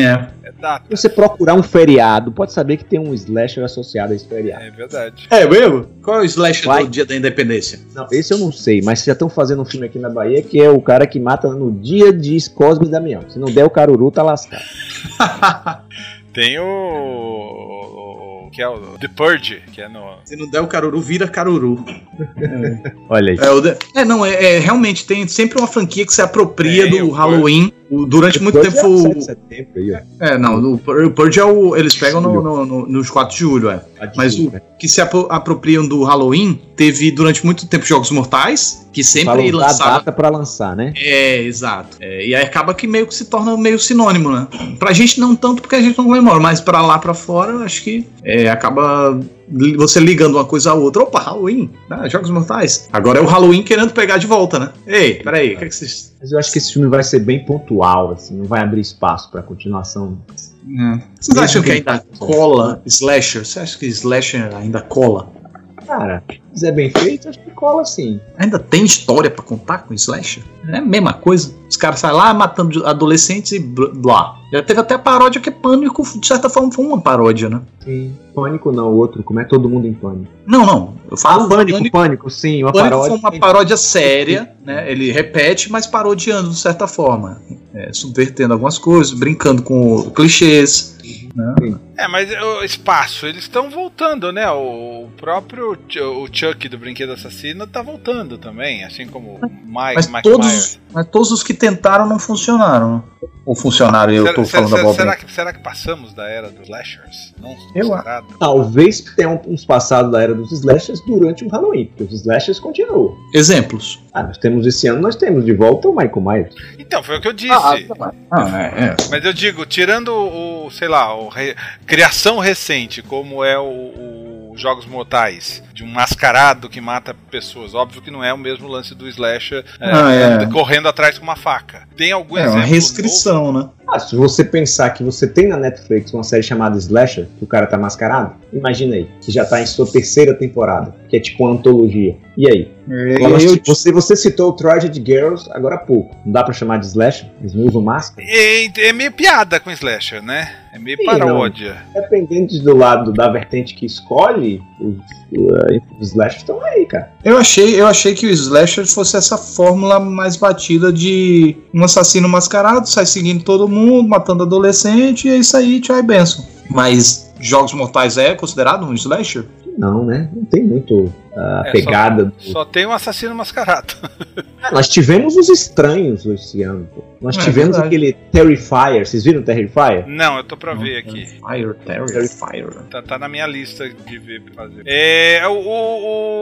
é. é data. Se você procurar um feriado, pode saber que tem um slasher associado a esse feriado. É verdade. É mesmo? Qual é o slasher Vai. do dia da independência? Não, esse eu não sei, mas já estão fazendo um filme aqui na Bahia que é o cara que mata no dia de Cosme e Damião. Se não der o caruru, tá lascado. Tem o. o- o- que é o The Purge, que é no. Se não der o caruru, vira caruru. Olha aí. É, o de- é, não, é, é, realmente tem sempre uma franquia que se apropria Tem, do o Halloween. O- durante muito Depois tempo. é o- 7 de setembro aí, ó. É, não, o Pur- o Purge é o. Eles pegam no, no, no, nos 4 de julho, é. Mas o Né? que se apro- apropriam do Halloween teve durante muito tempo Jogos Mortais, que Pra sempre usar a lançaram. data pra lançar, né? É, exato. É, e aí acaba que meio que se torna meio sinônimo, né? Pra gente não tanto porque a gente não comemora, mas pra lá pra fora, eu acho que é, acaba li- você ligando uma coisa a outra. Opa, Halloween, né? Jogos Mortais. Agora é o Halloween querendo pegar de volta, né? Ei, peraí, o que, é que vocês. Mas eu acho que esse filme vai ser bem pontual, assim, não vai abrir espaço pra continuação. É. Vocês acham que ainda cola slasher? Você acha que slasher ainda cola? Cara, se é bem feito, acho que cola sim. Ainda tem história pra contar com slasher? É a mesma coisa. Os caras saem lá matando adolescentes e bl- blá. Já teve até paródia que é Pânico, de certa forma, foi uma paródia, né? Sim. Pânico não, o outro, como é todo mundo em pânico? Não, não. Eu falo pânico, Ah, Pânico. pânico, sim, uma Pânico paródia. foi uma paródia séria, né? Ele repete, mas parodiando de certa forma. É, subvertendo algumas coisas, brincando com clichês. né? É, mas o espaço, eles estão voltando, né? O próprio Ch- o Chuck do Brinquedo Assassino tá voltando também, assim como o Mike, Mas, Mike Myers. todos, mas todos os que tentaram não funcionaram. Ou funcionaram, eu tô falando será, abobrinha. será que, será que passamos da era dos slashers? Não, Eu será? Talvez tenham uns passados da era dos slashers durante o Halloween, porque os slashers continuam. Exemplos. Ah, nós temos esse ano, nós temos de volta o Michael Myers. Então, foi o que eu disse. Ah, é, é. Mas eu digo, tirando o, sei lá, o re- criação recente, como é o, o Jogos Mortais, de um mascarado que mata pessoas, óbvio que não é o mesmo lance do slasher é, Ah, é. correndo atrás com uma faca. Tem algum É exemplo? uma restrição, né? Ah, se você pensar que você tem na Netflix uma série chamada Slasher, que o cara tá mascarado, imagina aí, que já tá em sua terceira temporada, que é tipo uma antologia. E aí? Agora, eu, você, você citou o Tragedy Girls agora há pouco. Não dá pra chamar de slasher? Eles não usam máscara? É, é meio piada com slasher, né? É meio Sim, paródia. Dependendo de- do lado da vertente que escolhe, os, eh, os slashers estão aí, cara. eu achei, eu achei que o slasher fosse essa fórmula mais batida de um assassino mascarado, sai seguindo todo mundo, matando adolescente, e é isso aí, tchau e benção. Mas Jogos Mortais é considerado um slasher? Não, né? Não tem muito ah, a É, pegada. do- Só tem um assassino mascarado. Ah, nós tivemos os estranhos esse ano. pô. Nós É, tivemos verdade. aquele Terrifier. Vocês viram o Terrifier? Não, eu tô pra ver aqui. Fire, Terry, Fire. Tá, tá na minha lista de ver pra fazer. É. O. O,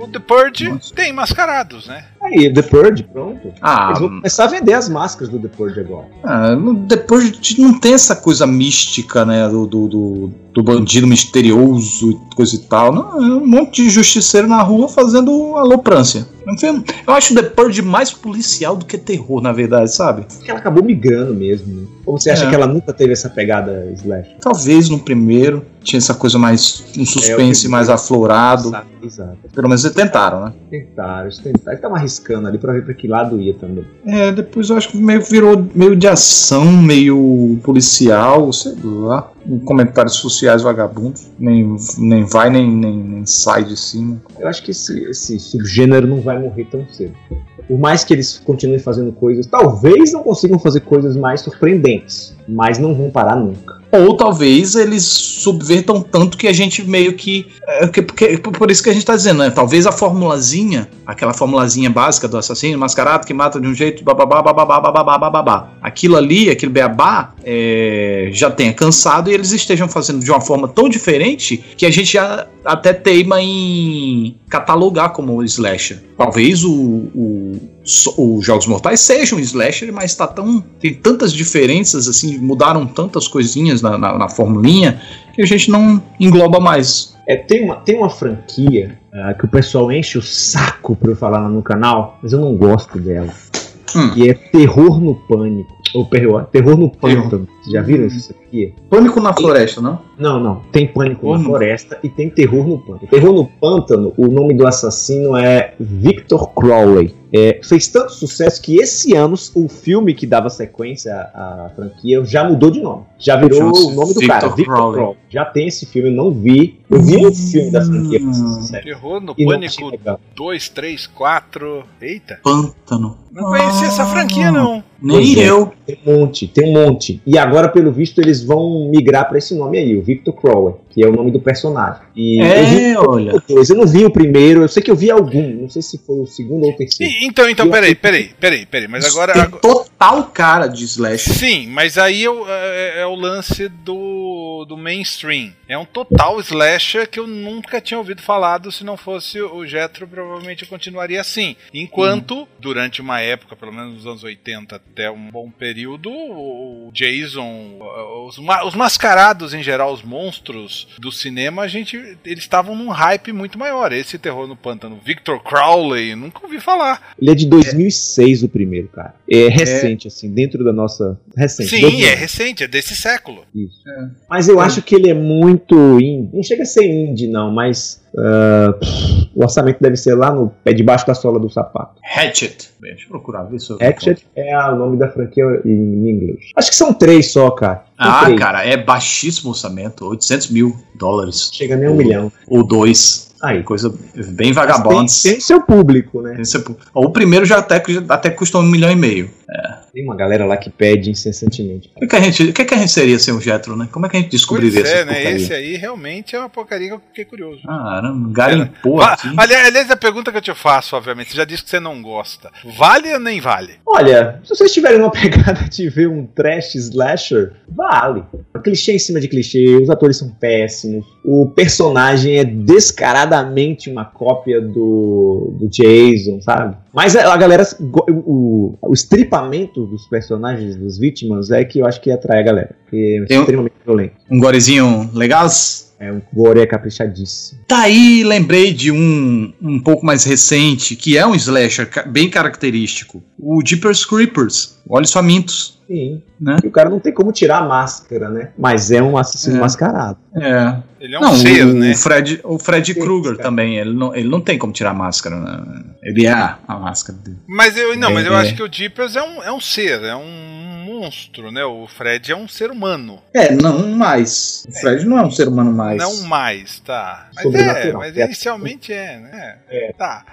o, o The Purge Nossa. tem mascarados, né? Aí, The Purge, pronto. Ah, Eles vão começar a vender as máscaras do The Purge agora. ah, não- depois de- não tem essa coisa mística, né? Do, do, do, do bandido misterioso e coisa e tal. Não, é um monte de justiceiro na rua fazendo aloprância. É um filme- Eu acho The Purge mais policial do que terror, na verdade, sabe? Acho que ela acabou migrando mesmo. Né? Ou você acha É. que ela nunca teve essa pegada slasher? Talvez no primeiro tinha essa coisa mais. um suspense mais aflorado. Exato, Exato. Pelo menos eles tentaram, né? Tentaram, eles tentaram. Eles estavam arriscando ali pra ver pra que lado ia também. É, depois eu acho que meio que virou meio de ação, meio policial, sei lá. E Comentários sociais vagabundos. Nem, nem vai, nem, nem, nem sai de cima. Eu acho que esse, esse subgênero não vai morrer tão cedo. Por mais que eles continuem fazendo coisas, talvez não consigam fazer coisas mais surpreendentes, mas não vão parar nunca. Ou talvez eles subvertam tanto que a gente meio que. é, que- porque- por isso que a gente tá dizendo, né? Talvez a formulazinha, aquela formulazinha básica do assassino mascarado que mata de um jeito, bababá, bababá, bababá, bababá. Aquilo ali, aquele beabá, é, já tenha cansado e eles estejam fazendo de uma forma tão diferente que a gente já até teima em catalogar como slasher. Talvez o, o, so- os Jogos Mortais sejam slasher, mas tá tão. Tem tantas diferenças, assim, mudaram tantas coisinhas na, na, na formulinha que a gente não engloba mais. É, tem, uma, tem uma franquia ah, que o pessoal enche o saco pra eu falar lá no canal, mas eu não gosto dela. Hum. Que é Terror no Pânico. Ou terror, terror no Pântano. Vocês já viram Hum. isso aqui? Pânico na floresta, não? Não, não. Tem Pânico Terror na no- Floresta e tem Terror no Pântano. Terror no Pântano, o nome do assassino é Victor Crowley. É, fez tanto sucesso que esse ano o filme que dava sequência à, à franquia já mudou de nome. Já virou Chama-se o nome do Victor cara, Victor Crowley. Crowley. Já tem esse filme, eu não vi. Eu vi um filme da Hum. franquia, pra ser sincero. Terror no E não achei Pânico legal. 2, 3, 4. Eita. Pântano. Não conhecia essa franquia, não. Nem Pois é. eu. Tem um monte, tem um monte. E agora, pelo visto, eles vão migrar pra esse nome aí, o Victor Crowley, que é o nome do personagem. E eu vi É, olha. o dois, eu não vi o primeiro, eu sei que eu vi algum, não sei se foi o segundo ou o terceiro. E- então, então, Eu- peraí, peraí, peraí, peraí. Mas agora. Tem agora- total cara de slasher. Sim, mas aí eu- é, é o lance do, do mainstream. É um total slasher que eu nunca tinha ouvido falado. Se não fosse o Jetro, provavelmente eu continuaria assim. Enquanto, durante uma época, pelo menos nos anos 80 até um bom período, o o Jason, os, ma- os mascarados em geral, os monstros do cinema, a gente eles estavam num hype muito maior. Esse terror no pântano, Victor Crowley, nunca ouvi falar. Ele é de 2006 o primeiro, cara. É recente, assim, dentro da nossa... Recente. Sim, dois é anos. recente, é desse século. Mas eu É. acho que ele é muito indie. Não chega a ser indie, não, mas... ah, pff, o orçamento deve ser lá no pé debaixo da sola do sapato. Hatchet. Bem, Deixa eu procurar, ver se eu Hatchet é a- o nome da franquia em inglês. Acho que são três só, cara. São Ah, três. cara, é baixíssimo orçamento, 800 mil dólares Chega nem um milhão. ou dois, Aí. coisa bem Mas vagabondos. Tem, tem seu público, né? Esse é pu- O primeiro já até, já até custou um milhão e meio. Tem uma galera lá que pede incessantemente. O que, que a gente, o que, que a gente seria sem o Jetro, né? Como é que a gente Pois descobriria é, essa né? porcaria? Esse é- aí realmente é uma porcaria que eu fiquei curioso. Caramba, garimpou Va- aqui. aliás, aliás, a pergunta que eu te faço, obviamente, você já disse que você não gosta. Vale ou nem vale? Olha, se vocês tiverem uma pegada de ver um trash slasher, vale. Clichê em cima de clichê, os atores são péssimos, o personagem é descaradamente uma cópia do, do Jason, sabe? Mas a, a galera. go- O, o estripamento dos personagens, das vítimas, é que eu acho que atrai a galera. Porque é Tem um- extremamente violento. Um gorezinho legal? É um gore é caprichadíssimo. Daí Tá lembrei de um um pouco mais recente, que é um slasher ca- bem característico. O Jeepers Creepers, Olhos Famintos. Sim. Né? E o cara não tem como tirar a máscara, né? Mas é um assassino É. mascarado. É, Ele é um Não, ser, o, né? o Fred, o Fred Sim, Krueger cara. também, ele não, ele não tem como tirar a máscara, né? Ele é a máscara dele. Mas eu, não, mas eu É. acho que o Jeepers é um, é um ser, é um monstro, né? O Fred é um ser humano, É, não mais. O Fred não é um ser humano mais. não mais, tá? Mas é, Sobrenatural. mas inicialmente é, né? É. Tá.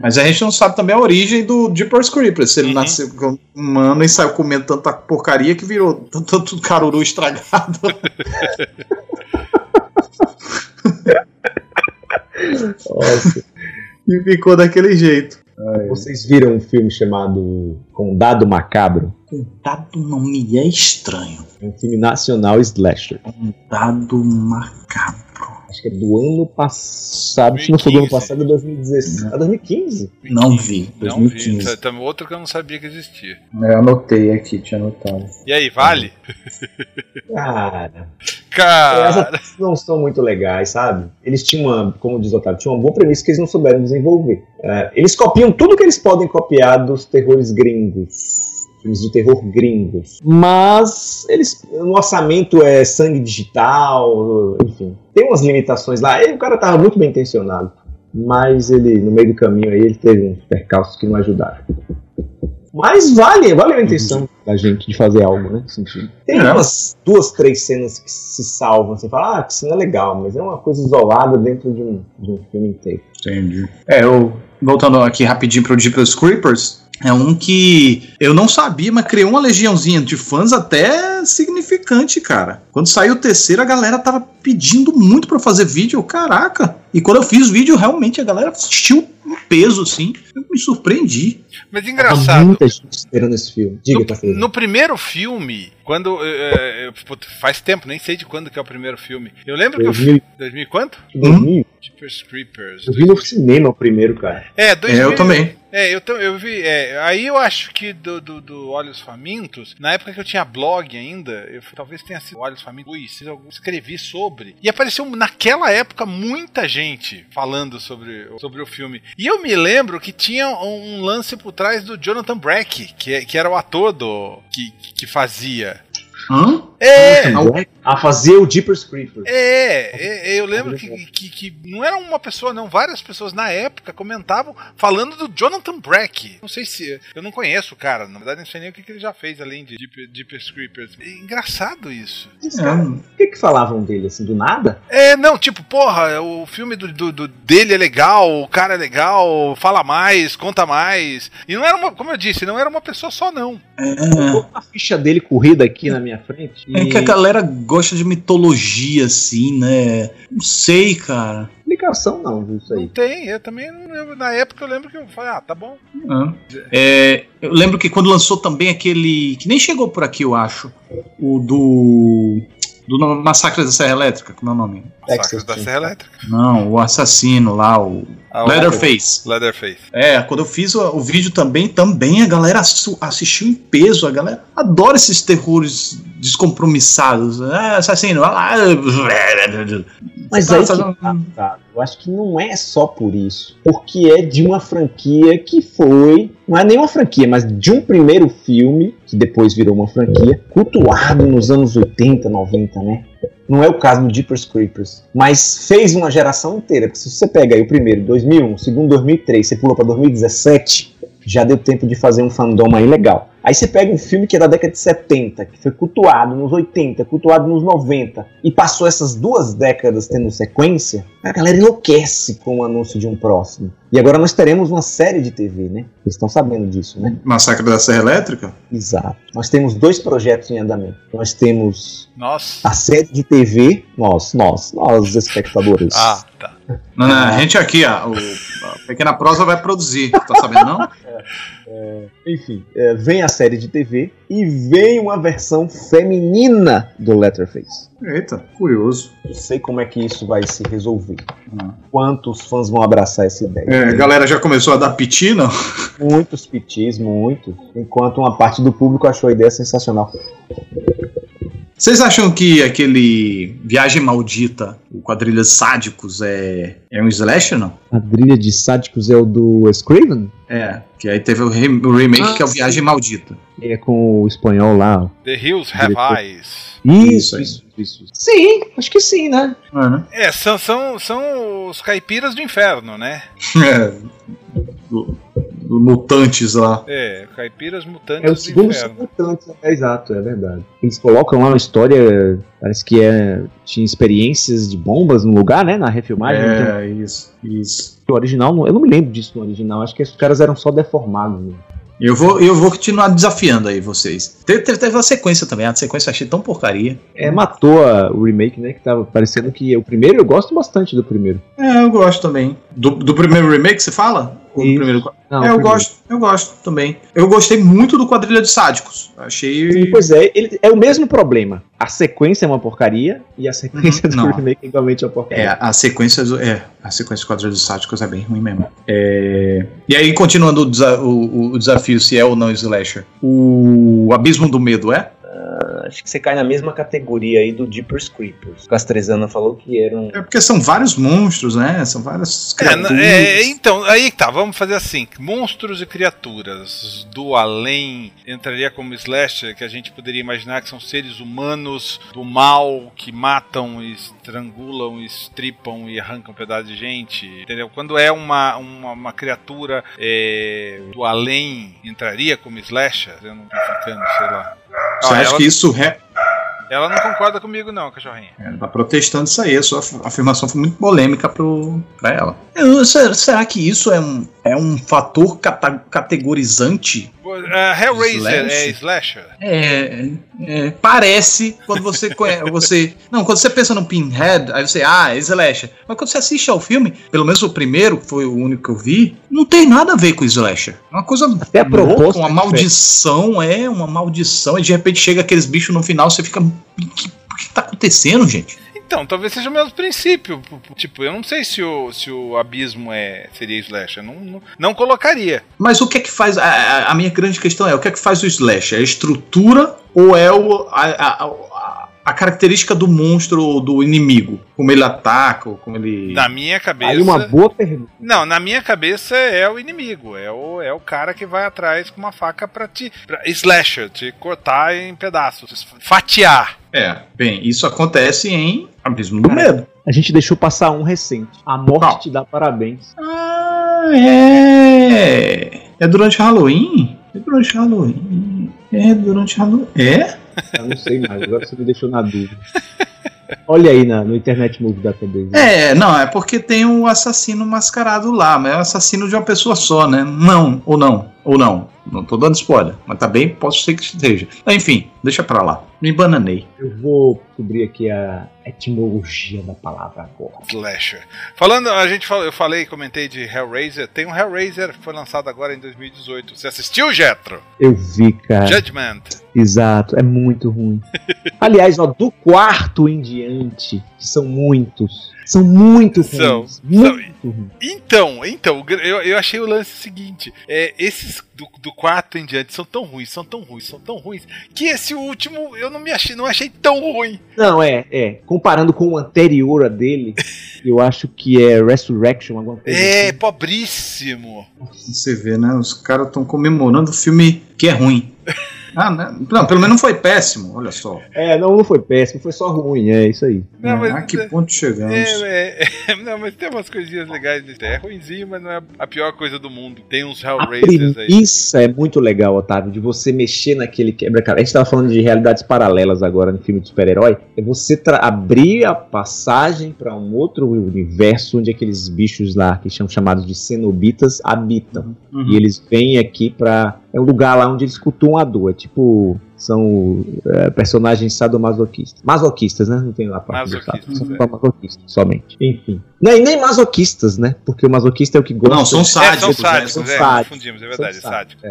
Mas a gente não sabe também a origem do Jeepers Creepers. Se ele Uhum. nasceu como humano e saiu comendo tanta porcaria que virou t- tanto caruru estragado. Nossa. e ficou daquele jeito. Vocês viram um filme chamado Condado Macabro? Dado não me é estranho. É um filme nacional slasher. Dado macabro. Acho que é do ano passado. Se não for do ano 2015. passado, é 2016. É 2015? Não vi, Não vi. 2015. tá- tá- Outro que eu não sabia que existia. Eu É, anotei aqui, tinha anotado. E aí, vale? Cara, as Cara. atores não são muito legais, sabe? Eles tinham uma, como diz o Otávio, tinham uma boa premissa que eles não souberam desenvolver. É, eles copiam tudo que eles podem copiar dos terrores gringos. Filmes de terror gringos. Mas eles. O orçamento é sangue digital, enfim. Tem umas limitações lá. E o cara tava muito bem intencionado. Mas ele, no meio do caminho aí, ele teve uns percalços que não ajudaram. Mas vale, vale a intenção da gente de fazer algo, né? Sentido. Tem É. umas duas, três cenas que se salvam. Você fala, ah, que cena legal, mas é uma coisa isolada dentro de um, de um filme inteiro. Entendi. É, eu. Voltando aqui rapidinho pro Jeepers Creepers, É um que eu não sabia, mas criou uma legiãozinha de fãs até significante, cara. Quando saiu o terceiro, a galera tava pedindo muito pra fazer vídeo. Caraca! E quando eu fiz vídeo, realmente a galera assistiu um peso, assim. Eu me surpreendi. Mas Tá engraçado. muita gente esperando esse filme. Diga, No, tá Takeiro. no primeiro filme, quando. eh, eh, puta, faz tempo, nem sei de quando que é o primeiro filme. Eu lembro que o filme. 2000 e quanto? Hum? 2000, Jeepers Creepers. eu vi no cinema o primeiro, cara. É, É, 2000, eu também. É, eu, tam- eu vi. é, aí eu acho que do, do, do Olhos Famintos, na época que eu tinha blog ainda, eu f- talvez tenha sido Olhos Famintos, ui, fiz algum- escrevi sobre. E apareceu naquela época muita gente falando sobre, sobre o filme. E eu me lembro que tinha um, um lance por trás do Jonathan Brack, que, é- que era o ator do, que, que fazia. Hã? É, A fazer o Jeepers Creepers. é, é, eu lembro que, que, que não era uma pessoa, não, várias pessoas na época comentavam falando do Jonathan Brack. Não sei se. Eu não conheço o cara, na verdade, não sei nem o que, que ele já fez além de Deep, Deepest Creepers. É engraçado isso. Esse cara, É, Por que que falavam dele, assim, do nada? É, não, tipo, porra, o filme do, do- do- dele é legal, o cara é legal, fala mais, conta mais. E não era uma, como eu disse, não era uma pessoa só, não. é. Tô com a ficha dele corrida aqui na minha frente. É e- que a galera gosta de mitologia, assim, né? Não sei, cara. explicação não disso Não aí. tem, eu também não lembro. Na época eu lembro que eu falei, ah, tá bom. É, eu lembro que quando lançou também aquele. que nem chegou por aqui, eu acho. O do. do no- Massacre da Serra Elétrica, como é o nome? Massacres da Serra Elétrica. Não, o assassino lá, o. Ah, o- Leatherface. Leatherface. É, quando eu fiz o, o vídeo também, também a galera assu- assistiu em peso, a galera adora esses terrores descompromissados. Ah, assassino, vai lá. Mas Tá, aí tá, que não- tá, tá. eu acho que não é só por isso. Porque é de uma franquia que foi. Não é nenhuma franquia, mas de um primeiro filme, que depois virou uma franquia, cultuado nos anos 80, 90, né? Não é o caso do Jeepers Creepers, mas fez uma geração inteira. Porque se você pega aí o primeiro, 2001, o segundo, 2003, você pula pra 2017, já deu tempo de fazer um fandom aí legal. Aí você pega um filme que é da década de 70, que foi cultuado nos 80, cultuado nos 90, e passou essas duas décadas tendo sequência, a galera enlouquece com o anúncio de um próximo. E agora nós teremos uma série de TV, né? Vocês estão sabendo disso, né? Massacre da Serra Elétrica? Exato. Nós temos dois projetos em andamento. Nós temos Nossa. a série de TV, nós, nós, nós, espectadores. Ah, tá. Não, não, a gente aqui, ó, o- a Pequena Prosa vai produzir, tá sabendo não? Enfim, é, vem a série de TV e vem uma versão feminina do Letterface. Eita, curioso. Não sei como é que isso vai se resolver. Quantos fãs vão abraçar essa ideia? É, a galera já começou a dar piti, não? Muitos pitis, muitos. Enquanto uma parte do público achou a ideia sensacional. Vocês acham que aquele Viagem Maldita, o Quadrilhas Sádicos, é, é um slasher, não? Quadrilha de sádicos é o do Scriven? É, que aí teve o, re- o remake que é o Viagem Maldita. É com o espanhol lá. The Hills Have Diretor. Eyes. Isso, isso, isso. Sim, acho que sim, né? É, né? É, são, são, são os caipiras do inferno, né? É, do- do mutantes lá. É, caipiras mutantes É o do segundo inferno. simultâneo. É exato, é verdade. Eles colocam lá uma história, parece que é, tinha experiências de bombas no lugar, né? Na refilmagem. então, É, isso, isso. o original, não- eu não me lembro disso no original. Acho que esses caras eram só deformados. né? Eu vou, eu vou continuar desafiando aí vocês. Teve, teve, teve uma sequência também, a sequência eu achei tão porcaria. É, matou a- o remake, né? Que tava parecendo que o primeiro eu gosto bastante do primeiro. É, eu gosto também. Do, do primeiro remake, você fala? Ou do Isso. primeiro... Não, o é, eu primeiro. gosto, eu gosto também. Eu gostei muito do Quadrilha de Sádicos. Achei. Pois é, ele, é o mesmo problema. A sequência é uma porcaria e a sequência do Não. remake é igualmente uma É, porcaria. a sequência do, é, a sequência do Quadrilha de Sádicos é bem ruim mesmo. É, E aí, continuando o, desa- o- o desafio, se é ou não slasher, o Abismo do Medo é? Acho que você cai na mesma categoria aí do Deepers Creepers. Castrezana falou que era um. É porque são vários monstros, né? São várias É, criaturas. n- é, então, aí tá, vamos fazer assim: monstros e criaturas do além entraria como slasher, que a gente poderia imaginar que são seres humanos do mal que matam, e estrangulam, e estripam e arrancam pedaço de gente, entendeu? Quando é uma, uma, uma criatura é, do além, entraria como slasher? Eu não tô ficando, sei lá. Você Ah, acha ela- que isso re- Ela não concorda comigo, não, cachorrinha. Ela tá protestando isso aí. A sua af- afirmação foi muito polêmica pro, pra ela. É, Eu- será, será que isso é um, é um fator cata- categorizante? Pô, ah, Hellraiser é slasher? É, é, Parece quando você conhece. você, não, quando você pensa no Pinhead, aí você, ah, é slasher. Mas quando você assiste ao filme, pelo menos o primeiro, que foi o único que eu vi, não tem nada a ver com slasher. É uma coisa Até a proposta uma é maldição, é, uma maldição. E de repente chega aqueles bichos no final, você fica. O que, o que tá acontecendo, gente? Então, talvez seja o mesmo princípio. P- p- Tipo, eu não sei se o, se o abismo é, seria slasher. Não, não, não colocaria. Mas o que é que faz. a- A, a minha grande questão é: o que é que faz o slash? É a estrutura ou é o, a, a- a- a característica do monstro ou do inimigo? Como ele ataca, ou como ele. Na minha cabeça. Aí uma boa pergunta. Não, na minha cabeça é o inimigo. É o, é o cara que vai atrás com uma faca pra te. Pra, slasher, te cortar em pedaços. Fatiar. É, bem, isso acontece em Abismo do Medo. A gente deixou passar um recente. A morte Qual? te dá parabéns. Ah, é. É durante Halloween? É durante Halloween. É durante Halloween. É? Eu não sei mais, agora você me deixou na dúvida. Olha aí na, no Internet Movie Database. É, não, é porque tem o assassino mascarado lá, mas é o assassino de uma pessoa só, né? Não, ou não, ou não. Não tô dando spoiler, mas também posso ser que esteja. Enfim, deixa pra lá. Me bananei. Eu vou cobrir aqui a etimologia da palavra agora. Slasher. Falando, a gente fala- eu falei, comentei de Hellraiser. Tem um Hellraiser que foi lançado agora em 2018. Você assistiu, Jetro? Eu vi, cara. Judgment. Exato, é muito ruim. Aliás, ó, do quarto em diante, que são muitos. São muito ruins. São, muito ruins. Então, então, o gr- eu, eu achei o lance seguinte: é, esses do, do 4 em diante são tão ruins, são tão ruins, são tão ruins, que esse último eu não me achei, não achei tão ruim. Não, é, é. Comparando com o anterior a dele, eu acho que é Resurrection, alguma coisa É, assim. pobríssimo. Você vê, né? Os caras estão comemorando o filme que é ruim. Ah, né? Não, pelo menos não foi péssimo, olha só. É, não, não foi péssimo, foi só ruim, é isso aí. Não, mas- a que ponto chegamos? É, é, é, não, mas tem umas coisinhas legais nisso. É ruimzinho, mas não é a pior coisa do mundo. Tem uns A Hellraisers aí. premissa é muito legal, Otávio, de você mexer naquele quebra-cabeça. A gente tava falando de realidades paralelas agora no filme de super-herói. É você tra- abrir a passagem para um outro universo onde aqueles bichos lá, que são chamados de cenobitas, habitam. Uhum. E eles vêm aqui pra. É um lugar lá onde eles cultuam a dor. É tipo. São é, personagens sadomasoquistas. Masoquistas, né? Não tem lá pra Masoquistas, São é. só masoquistas, somente. Enfim. Nem, nem masoquistas, né? Porque o masoquista é o que gosta. Não, são É, sádicos. são né? sádicos, são é, sádicos. confundimos, é verdade, é São sádico.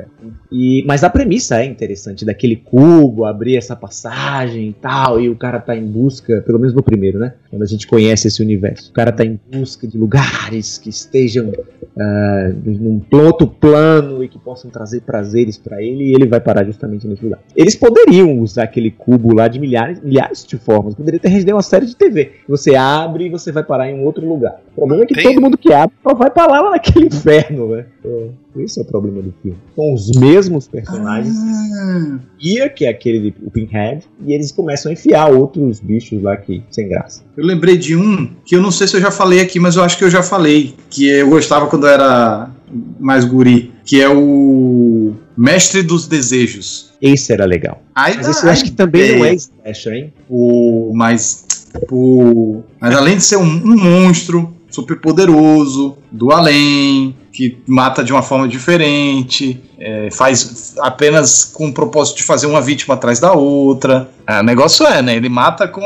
E, mas a premissa é interessante, daquele cubo, abrir essa passagem e tal, e o cara tá em busca, pelo menos no primeiro, né? Quando a gente conhece esse universo, o cara tá em busca de lugares que estejam ah, num outro plano e que possam trazer prazeres pra ele, e ele vai parar justamente nesse lugar. Eles poderiam usar aquele cubo lá de milhares, milhares de formas, poderia ter rendido uma série de TV. Você abre e você vai parar em um outro lugar. O problema é que Tem- todo mundo que abre só vai parar lá naquele inferno, né? É. Esse é o problema do filme. São os mesmos personagens. Ah, Ia, que é aquele de, o Pinhead, e eles começam a enfiar outros bichos lá que sem graça. Eu lembrei de um que eu não sei se eu já falei aqui, mas eu acho que eu já falei. Que eu gostava quando eu era mais guri. Que é o Mestre dos Desejos. Esse era legal. Aí Mas dá- esse eu acho que também é. não é slasher, hein? o mais o mas além de ser um, um monstro super poderoso do além que mata de uma forma diferente é, faz apenas com o propósito de fazer uma vítima atrás da outra Ah, o negócio é né ele mata com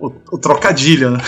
o, o trocadilho né?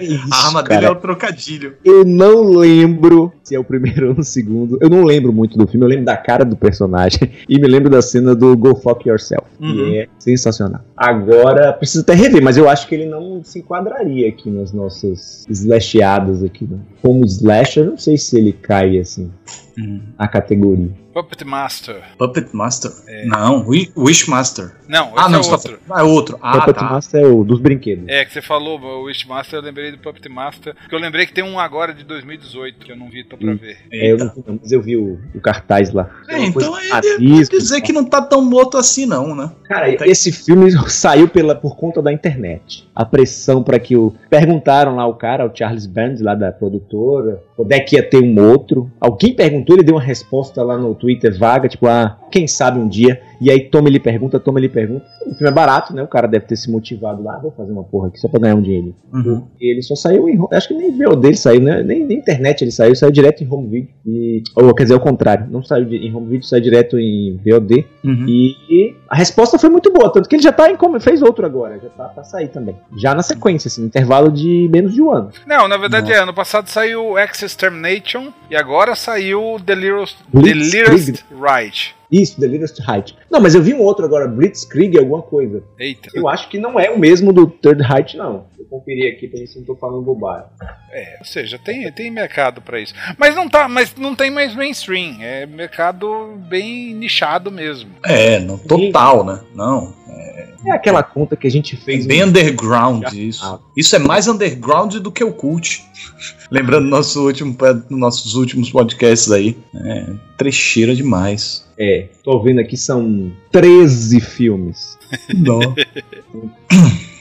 Isso, a arma cara. dele é o trocadilho Eu não lembro se é o primeiro ou o segundo. Eu não lembro muito do filme, eu lembro da cara do personagem e me lembro da cena do Go Fuck Yourself, Uhum. que é sensacional. Agora, preciso até rever, mas eu acho que ele não se enquadraria aqui nas nossas slasheadas aqui, né? Como slasher, eu não sei se ele cai, assim, Uhum. na categoria. Puppet Master. Puppet Master não Wi- Wish Master Não, esse ah não é você tá outro. falando- ah, é outro ah Puppet tá Master é o dos brinquedos. É, que você falou, o Wishmaster, eu lembrei do Puppet Master. Porque eu lembrei que tem um agora de 2018 que eu não vi, tô pra Hum. ver. É, eu não vi, não, mas eu vi o, o cartaz lá. então. É, então Coisa ele de pode racismo, dizer que não tá tão morto assim não né Cara, esse filme saiu pela, por conta da internet. A pressão pra que o. Perguntaram lá o cara, o Charles Band, lá da produtora, quando é que ia ter um outro. Alguém perguntou, ele deu uma resposta lá no Twitter vaga, tipo, ah, quem sabe um dia. E aí toma ele pergunta, toma ele pergunta. O filme é barato, né? O cara deve ter se motivado lá, "Ah, vou fazer uma porra aqui só pra ganhar um dinheiro. Uhum. E ele só saiu em. Acho que nem meu dele saiu, né? Nem, nem internet ele saiu, saiu direto em home video. E, ou quer dizer, ao contrário, não saiu de- em home video, saiu direto em VOD. Uhum. E, e a resposta foi muito boa, tanto que ele já tá em como fez outro agora, já tá pra sair também. Já na sequência, assim, intervalo de menos de um ano. Não, na verdade é. Ano passado saiu Axis Termination e agora saiu The Littlest, Blitz, The Littlest Right. Isso, The Littlest Height. Não, mas eu vi um outro agora, Blitzkrieg alguma coisa. Eita. Eu acho que não é o mesmo do Third Height, não. Eu conferi aqui pra ver se eu não tô falando bobagem. É, ou seja, tem, tem mercado pra isso. Mas não tá, mas não tem mais mainstream. É mercado bem nichado mesmo. É, não, total, né? Não. É aquela conta que a gente fez. É um, Bem no- underground isso. Ah. Isso é mais underground do que o cult. Lembrando nosso último, nossos últimos podcasts aí. É, trecheira demais. É, tô vendo aqui, são 13 filmes. Não.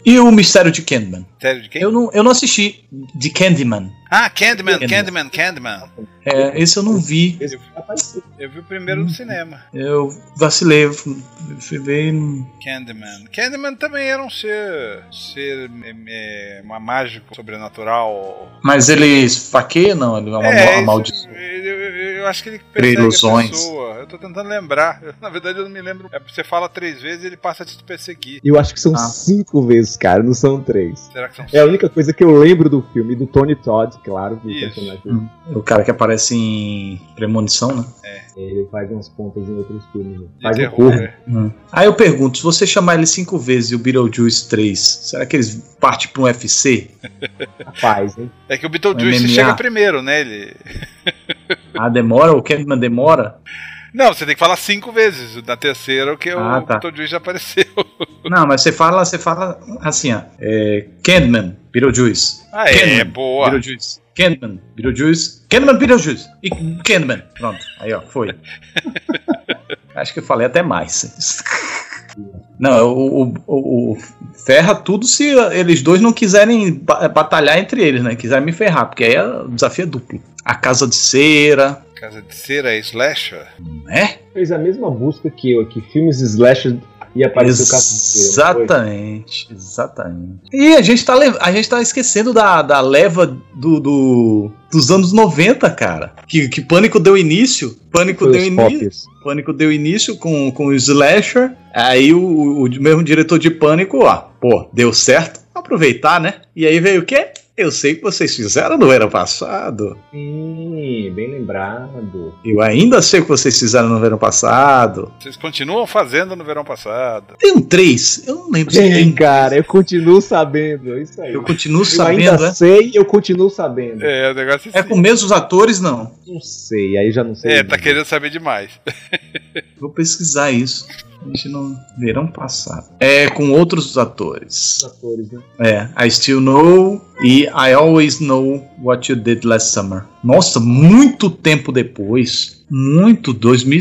e o Mistério de Candyman? Sério de quem? Eu não, eu não assisti de Candyman. Ah, Candyman, Candyman, Candyman. Candyman. É, esse eu não vi. Rapaz, Eu vi o primeiro no cinema. Eu vacilei. eu fui- fui ver e não- Candyman. Candyman também era um ser. ser. É, é, uma mágico sobrenatural. Mas ele esfaqueia, não? Ele é uma É, é, isso- maldição. Eu, eu- eu acho que ele persegue ilusões. a pessoa. Eu tô tentando lembrar. Eu, na verdade, eu não me lembro. É, Você fala três vezes e ele passa a te perseguir. Eu acho que são Ah. cinco vezes, cara, não são três. Será que são É a única coisa que eu lembro do filme, do Tony Todd, claro, do Isso. personagem. O cara que aparece em Premonição, né? Ele faz umas pontas em outros filmes. né? de Faz um terror, corpo. é? Aí eu pergunto, se você chamar ele cinco vezes e o Beetlejuice três, será que eles partem pra um UFC? Rapaz, hein? É que o Beetlejuice MMA. chega primeiro, né? Ele... Ah, demora? O Candyman demora? Não, você tem que falar cinco vezes. Na terceira, é o que Ah, o tá. Beetlejuice já apareceu. Não, mas você fala, você fala assim, ó. É, Candyman, Beetlejuice. Ah, é, Candyman, boa. Beetlejuice. Candyman, Beetlejuice. Candyman, Beetlejuice. E Candyman. Pronto. Aí, ó, foi. Acho que eu falei até mais. Não, o, o- o- o ferra tudo se eles dois não quiserem ba- batalhar entre eles, né? Quiserem me ferrar, porque aí é- o desafio é duplo. A casa de cera, Casa de Cera é slasher? né? Fez a mesma busca que eu aqui, filmes slasher e apareceu o Caso inteiro. exatamente, exatamente. E a gente tá, lev- a gente tá esquecendo da, da leva do, do- dos anos 90, cara. Que, que Pânico deu início. Pânico deu início. Pânico deu início com, com o Slasher. Aí o, o mesmo diretor de Pânico, ó, pô, deu certo, aproveitar, né? E aí veio o quê? Eu sei o que vocês fizeram no verão passado. Sim, bem lembrado. Eu ainda sei o que vocês fizeram no verão passado. Vocês continuam fazendo no verão passado. Tem um 3? Eu não lembro se Sim, tem. cara, eu continuo sabendo. é Isso aí. Eu continuo Eu ainda sabendo, é? sei, eu continuo sabendo. É, o negócio É com mesmos atores, não. Não sei, aí já não sei. É, tá querendo saber demais. Vou pesquisar isso. A gente não. Verão passado. É com outros atores. Os atores, né? É, I Still Know e I Always Know What You Did Last Summer. Nossa, muito tempo depois. Muito 2000.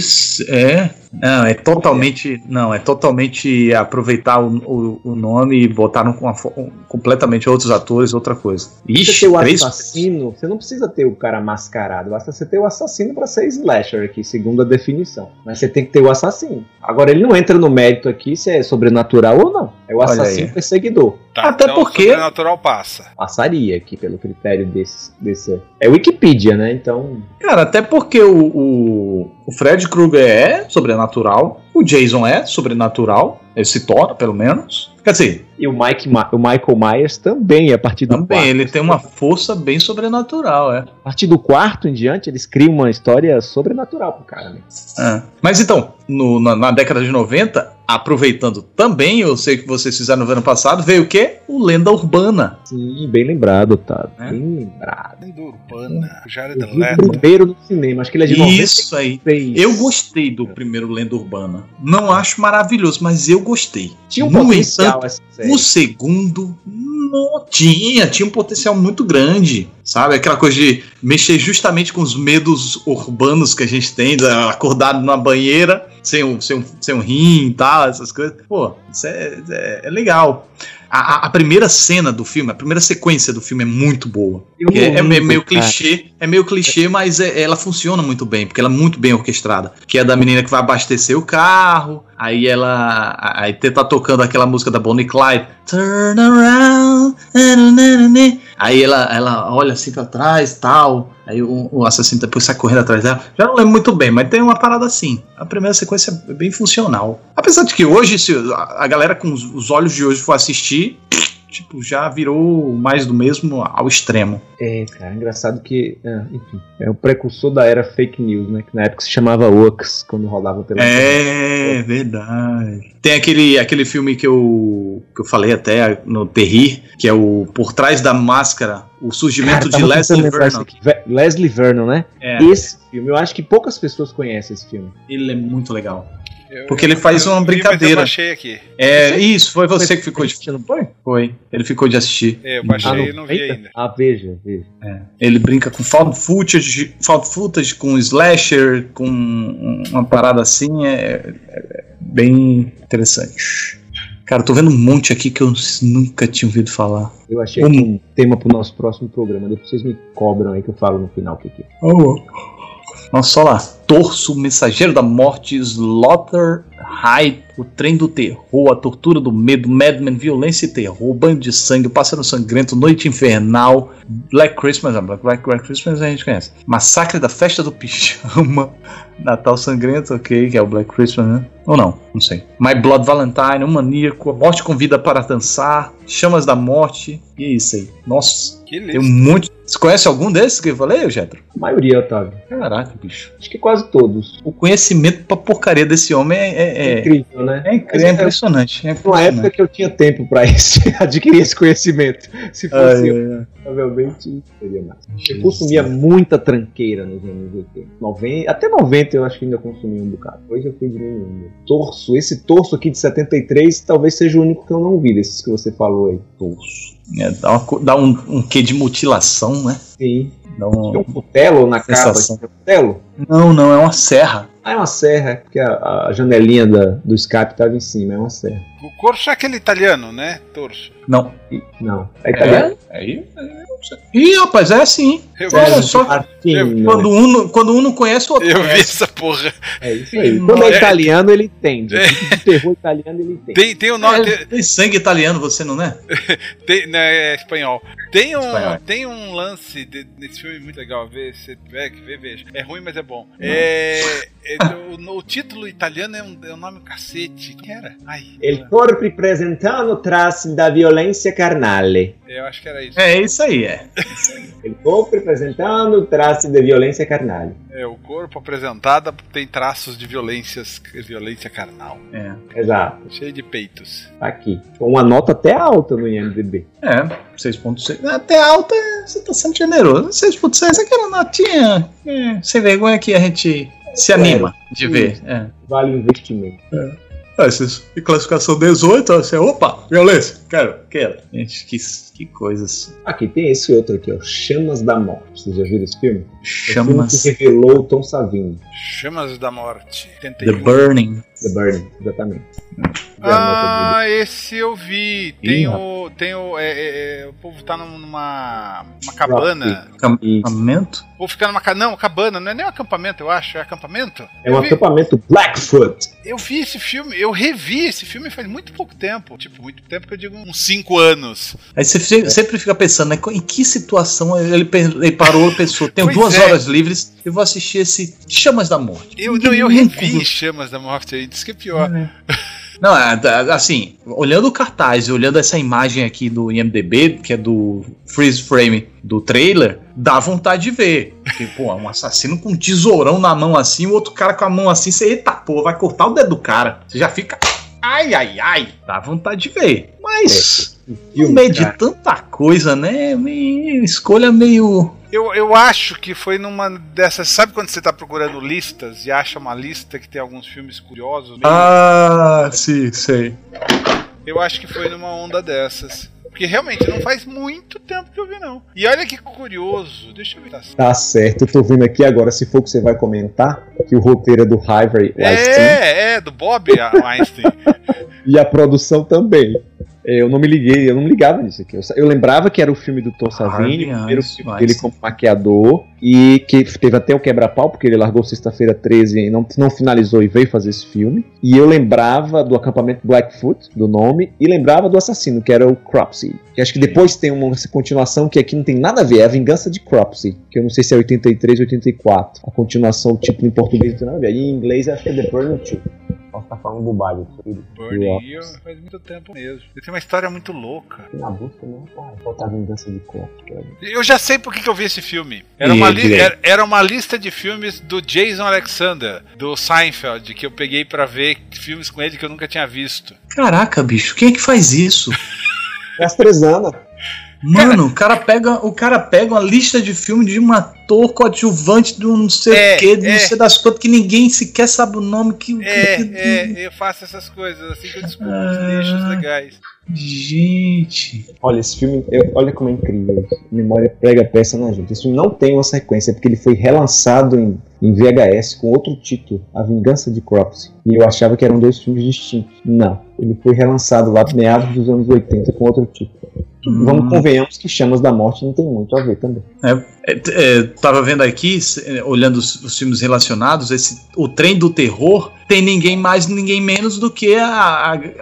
É. Não, é totalmente. Não, é totalmente aproveitar o, o- o nome e botaram com uma fo- um- completamente outros atores, outra coisa. Você Ixi, ter o três. assassino, você não precisa ter o cara mascarado, basta você ter o assassino pra ser slasher aqui, segundo a definição. Mas você tem que ter o assassino. Agora ele não entra no mérito aqui se é sobrenatural ou não. É o Olha assassino aí. perseguidor. Tá, Até então o porque- Sobrenatural passa. Passaria aqui pelo critério desse, desse é Wikipedia, né? Então, Cara, até porque o, o, o Fred Krueger é sobrenatural, o Jason é sobrenatural, ele se torna, pelo menos. Quer dizer, e o Mike Ma- o Michael Myers também a partir do também quarto. ele tem uma força bem sobrenatural, é. A partir do quarto em diante, eles criam uma história sobrenatural pro cara, né? É. Mas então, no- na, na década de 90, aproveitando também, eu sei que vocês fizeram no ano passado, veio o quê? O Lenda Urbana. Sim, bem lembrado, tá? É. Bem lembrado. Lenda Urbana, Jared Eu Uhum. vi o Leto. primeiro no cinema, acho que ele é de Isso aí. 96. Eu gostei do primeiro Lenda Urbana. Não acho maravilhoso, mas eu gostei. Tinha um No potencial entanto, essa série. O segundo não tinha, tinha um potencial muito grande, sabe? Aquela coisa de mexer justamente com os medos urbanos que a gente tem, da- acordar numa banheira sem um, sem um, sem um rim e tal, essas coisas. Pô, isso é, é- é legal. A, a- a primeira cena do filme, a primeira sequência do filme é muito boa. É, é me- Ah, meio clichê, é meio clichê, mas é- ela funciona muito bem, porque ela é muito bem orquestrada. Que é da menina que vai abastecer o carro, aí ela. Aí tá tocando aquela música da Bonnie Clyde. Turn around. nananana. Aí ela, ela olha assim pra trás tal. Aí o, o assassino depois sai correndo atrás dela. Já não lembro muito bem, mas tem uma parada assim. A primeira sequência é bem funcional. Apesar de que hoje, se a a galera com os- os olhos de hoje for assistir, tipo, já virou mais do mesmo ao extremo. É, cara, engraçado que, ah, enfim, é o precursor da era fake news, né? Que na época se chamava Wux, quando rolava pela É, verdade. Tem aquele, aquele filme que eu, que eu falei até no Terri, que é o Por Trás da Máscara, o surgimento Cara, tá de tava Leslie tentando lembrar isso Vernon. aqui. Ve- Leslie Vernon, né? É, Esse filme, eu acho que poucas pessoas conhecem esse filme. ele é muito legal. Eu- Porque ele faz eu uma vi, Mas eu brincadeira. baixei aqui. É, isso, foi você que ficou de Você não foi? foi. Ele ficou de assistir. É, eu baixei Ah, e não vi Eita. ainda. Ah, veja, veja. Ele brinca com found footage, found footage com slasher, com uma parada assim, é, é bem interessante. Cara, tô vendo um monte aqui que eu nunca tinha ouvido falar. Eu achei aqui um tema pro nosso próximo programa. Depois vocês me cobram aí que eu falo no final o que que é. Nossa, olha lá. Torso, Mensageiro da Morte, Slaughter, Hyde, O Trem do Terror, A Tortura do Medo, Madman, Violência e Terror, Banho de Sangue, O Pássaro Sangrento, Noite Infernal, Black Christmas, ah, Black, Black, Black Christmas a gente conhece. Massacre da Festa do Pijama, Natal Sangrento, ok, que é o Black Christmas, né? Ou não, não sei. My Blood Valentine, Um Maníaco, A Morte Convida para Dançar, Chamas da Morte, e é isso aí. Nossa, Que tem um lista. monte. Você conhece algum desses que eu falei, Getro? A maioria, Otávio. Caraca, bicho Acho que quase todos. o conhecimento pra porcaria desse homem é, é, é, Incrível, né? é incrível, é impressionante. É Numa impressionante. época que eu tinha tempo pra isso, adquirir esse conhecimento. Se fosse eu, provavelmente seria mais. Eu consumia muita tranqueira nos anos 80. 90, até 90 eu acho que ainda consumi um bocado. Hoje eu fui diminuindo. Torso, esse torso aqui de 73 talvez seja o único que eu não vi desses que você falou aí. Torso. É, dá uma co- dá um, um quê de mutilação, né? Sim. Dá Tem um... um cutelo na capa. Sensação. Tem um cutelo? Não, não, é uma serra. Ah, é uma serra, é porque a, a janelinha da- do escape tava em cima, é uma serra. O Corso é aquele italiano, né? Torso. Não. Não. É italiano. É? Aí. aí eu não sei. Ih, rapaz, é assim. Eu, É, vi- só Martinho. quando um, não- quando um não conhece o outro. eu vi conhece. essa porra. É isso aí. Quando é italiano, ele entende. Tipo De terror italiano, ele entende. Tem, tem o nome. É, tem sangue italiano, você não é? Tem, né, é espanhol. Tem um, Espanhol. Tem um lance de- nesse filme muito legal. Vê, se tiver que ver, veja. É ruim, mas é bom. É, é- o, o título italiano é um, é um nome cacete. Que era? Ai, Il corpo presentano traços da violência carnale. eu acho que era isso. É isso aí, é. Il corpo presentano traços da violência carnale. É, o corpo apresentado tem traços de violências, violência carnal. Exato, Cheio de peitos. tá aqui. Com uma nota até alta no IMDB. É, 6.6. Até alta, você tá sendo generoso. 6.6 é aquela notinha é, sem vergonha que a gente se anima de ver. É. Vale o investimento. Ah, esses- e classificação 18, assim, opa, violência, quero, quero. Gente, que, que assim. coisas. Aqui tem esse outro aqui, ó. Chamas da Morte. Vocês já viram esse filme? O Chamas. filme que revelou o Tom Savini. Chamas da morte. Tentei. um. The Burning. The é Burning, exatamente. Ah, esse eu vi. Tem Ih, o. Tem o, é, é, é, o povo tá num- numa uma cabana. E Acampamento? Vou ficar numa. ca- Não, cabana, não é nem um acampamento, eu acho. É acampamento? é um eu, vi, acampamento Blackfoot. eu vi esse filme, eu revi esse filme faz muito pouco tempo. Tipo, muito tempo que eu digo uns 5 anos. Aí você fi- sempre fica pensando, né, em que situação ele, pe- ele parou e pensou, tenho Pois duas é. horas livres, eu vou assistir esse Chamas da Morte. Eu, não, eu revi Chamas da Morte aí, diz que é pior. Não, é, é, assim, olhando o cartaz e olhando essa imagem aqui do IMDB, que é do freeze frame do trailer, dá vontade de ver. Porque, pô, é um assassino com um tesourão na mão assim, o outro cara com a mão assim, você, eita, pô, vai cortar o dedo do cara. Você já fica, ai, ai, ai, dá vontade de ver. Mas, no Um Filme, meio de cara. tanta coisa, né, me- escolha meio... Eu, eu acho que foi numa dessas. Sabe quando você tá procurando listas e acha uma lista que tem alguns filmes curiosos? Ah, sim, sei. Eu acho que foi numa onda dessas. Porque realmente não faz muito tempo que eu vi, não. E olha que curioso. Deixa eu ver. Tá Tá certo, eu tô vendo aqui agora, se for o que você vai comentar, que o roteiro é do Harvey Weinstein É, é, do Bob Einstein. e a produção também. É, Eu não me liguei, eu não me ligava nisso aqui. Eu, sa- eu lembrava que era o filme do Tom Savini, Harvey o primeiro Weinstein. filme dele como maquiador, e que teve até o quebra-pau, porque ele largou sexta-feira 13 e não, não finalizou e veio fazer esse filme. E eu lembrava do acampamento Blackfoot, do nome, e lembrava do assassino, que era o Cropsey. Que acho que depois tem uma continuação que aqui não tem nada a ver, é a vingança de Cropsey, que eu não sei se é 83 ou 84. A continuação, o título em português não tem nada a ver. E em inglês acho que é The Burning Two. Posso estar falando bobagem, filho. Burning Hill faz muito tempo mesmo. Ele tem uma história muito louca. Na busca, não, pai. Falta Ah, a vingança de corpo. é cara. Eu já sei por que, que eu vi esse filme. Era Ih, uma, li- direito. era, era uma lista de filmes do Jason Alexander, do Seinfeld, que eu peguei pra ver filmes com ele que eu nunca tinha visto. Caraca, bicho, quem é que faz isso? É Castrezana. Mano, o é- cara pega, o cara pega uma lista de filme de um ator coadjuvante de um não sei É, o quê, de é. não sei das quantas, que ninguém sequer sabe o nome. Que, É, que- é, eu faço essas coisas, assim que eu descubro Ah. os nichos legais. Gente. Olha, esse filme, eu- olha como é incrível. Memória prega peça na gente. Esse filme não tem uma sequência, porque ele foi relançado em, em VHS com outro título, A Vingança de Cropsey. E eu achava que eram dois filmes distintos. Não. Ele foi relançado lá no meados dos anos 80 com outro título. Vamos Hum. convenhamos que Chamas da Morte não tem muito a ver também. É, t- é, tava vendo aqui, s- é, olhando os, os filmes relacionados, esse, o trem do terror tem ninguém mais, ninguém menos do que a,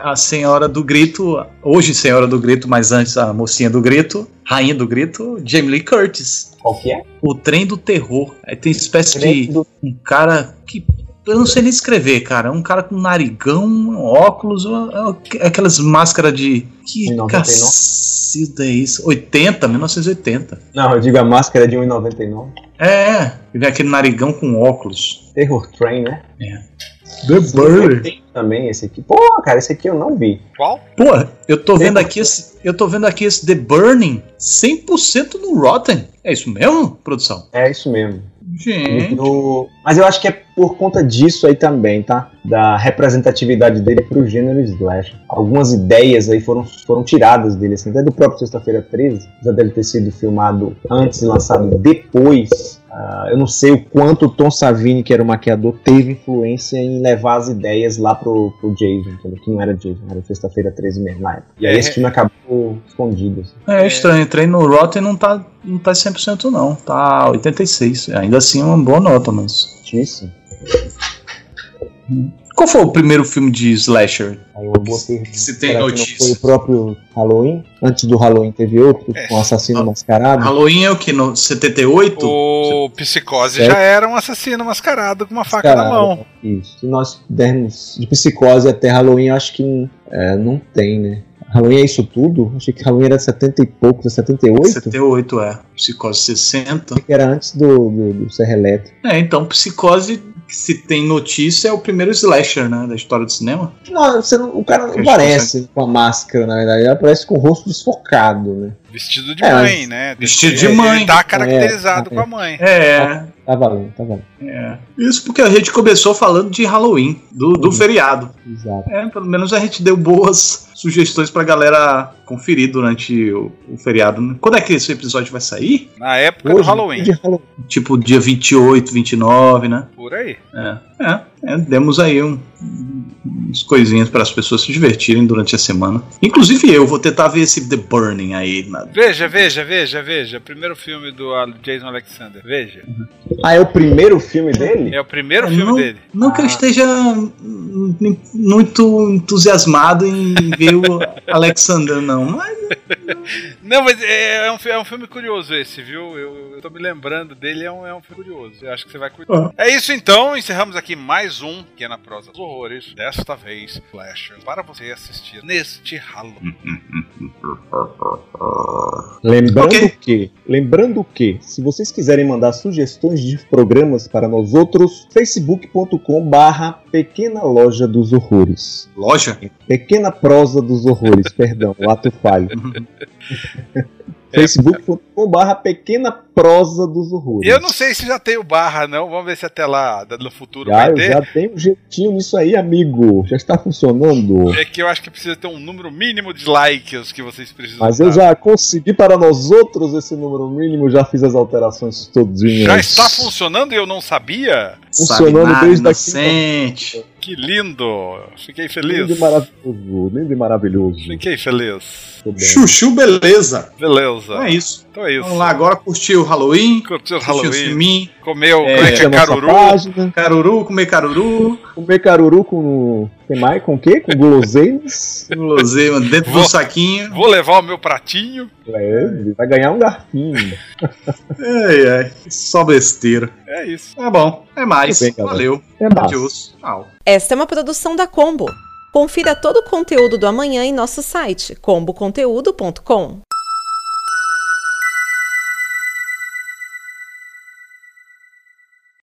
a, a senhora do grito, hoje senhora do grito, mas antes a mocinha do grito, rainha do grito, Jamie Lee Curtis. Qual que é? O trem do terror. Aí tem espécie de um cara que eu não sei nem escrever, cara. É um cara com narigão, um óculos, ó, ó, é aquelas máscaras de que 1999? cacilda é isso? 80, 1980. Não, eu digo a máscara de 1,99. É, é. E vem aquele narigão com óculos. Terror Train, né? The Tem também esse aqui. Pô, cara, esse aqui eu não vi. Qual? Pô, eu tô vendo aqui esse, eu tô vendo aqui esse The Burning 100% no Rotten. É isso mesmo, produção? É isso mesmo. Uhum. Gente. No- Mas eu acho que é por conta disso aí também, tá? Da representatividade dele pro gênero slash. Algumas ideias aí foram, foram tiradas dele, assim. Até do próprio Sexta-feira 13, já deve ter sido filmado antes e lançado depois. Ah, eu não sei o quanto o Tom Savini, que era o maquiador, teve influência em levar as ideias lá pro, pro Jason, entendeu? que não era Jason, era Sexta-feira 13 mesmo na época. E aí É. esse filme acabou escondido, assim. É estranho, entrei no Rotten não tá não tá 100% não, tá 86. Ainda assim é uma boa nota, mas Altíssimo. qual foi o primeiro filme de slasher? Aí uma boa pergunta. Se tem Será que não notícia. Foi o próprio Halloween? Antes do Halloween teve outro, É. com um assassino Ah. mascarado. Halloween é o que no 78? O Psicose Certo. já era um assassino mascarado com uma faca na Mascarado. mão. Isso. Se nós dermos de psicose até Halloween, eu acho que é, não tem, né? Halloween é isso tudo? Achei que Halloween era de 70 e poucos, é 78? 78 é. Psicose 60. Que era antes do, do, do Serra Elétrica. É, então Psicose, que se tem notícia, é o primeiro slasher, né, da história do cinema. Não, você não- o cara Acho não que parece com a máscara, na verdade. Ele aparece com o rosto desfocado, né? Vestido de É, mãe, né? vestido de Ele- mãe. Ele tá caracterizado É, é. com a mãe. É, Tá valendo, tá valendo. é. Isso porque a gente começou falando de Halloween, do, do Uhum. feriado. Exato. É, pelo menos a gente deu boas sugestões pra galera conferir durante o, o feriado. né? Quando é que esse episódio vai sair? Na época do Hoje, Halloween. de Halloween. Tipo dia 28, 29, né? Por aí. É, é, é, demos aí um, umas coisinhas para as pessoas se divertirem durante a semana. Inclusive eu vou tentar ver esse The Burning aí. Na... Veja, veja, veja, veja. Primeiro filme do ah, Jason Alexander. Veja. Ah, é o primeiro filme dele? É o primeiro É, filme não- dele. Não que eu Ah. esteja hum, muito entusiasmado em ver o Alexander, não. Mas Não, mas é, é um, fi- é um filme curioso esse, viu? Eu, eu tô me lembrando dele, é um, é um filme curioso. Eu acho que você vai curtir. Ah. É isso então, encerramos aqui mais um que é na prosa dos horrores. Desta vez, Flash, para você assistir neste Hum. Halloween. Lembrando Ok. que, lembrando que, se vocês quiserem mandar sugestões de programas para nós outros, facebook.com barra Pequena Loja dos Horrores. loja. Pequena Prosa dos Horrores, perdão, o ato falho. Facebook.com/barra pequena prosa dos horrores. Eu não sei se já tem o barra, não. Vamos ver se até lá, no futuro, Já, vai eu ter. já tenho um jeitinho nisso aí, amigo. Já está funcionando. É que eu acho que precisa ter um número mínimo de likes que vocês precisam. Mas eu dar. já consegui para nós outros esse número mínimo, já fiz as alterações todinhas. Já está funcionando e eu não sabia? Funcionando Sabe nada, desde né? a inocente. Que lindo! Fiquei Lindo e feliz. maravilhoso, lindo e maravilhoso. Fiquei feliz. Tudo bem. Chuchu, beleza. Beleza. Então é isso. Então é isso. Vamos lá agora curtir o Halloween. Curtiu o Curtir o Halloween. filminho. Comeu É, como é, que Curte a é nossa caruru. página, Caruru, comer caruru. comer caruru com. Tem mais? Com o quê? Com guloseimas? Guloseima dentro Vou- do saquinho. Vou levar o meu pratinho. É, vai ganhar um garfinho. Ai, ai. Só besteira. É isso. Tá bom. É mais. Tudo bem, galera. Valeu. É massa. Adiós. Tchau. Esta é uma produção da Combo. Confira todo o conteúdo do amanhã em nosso site comboconteúdo.com.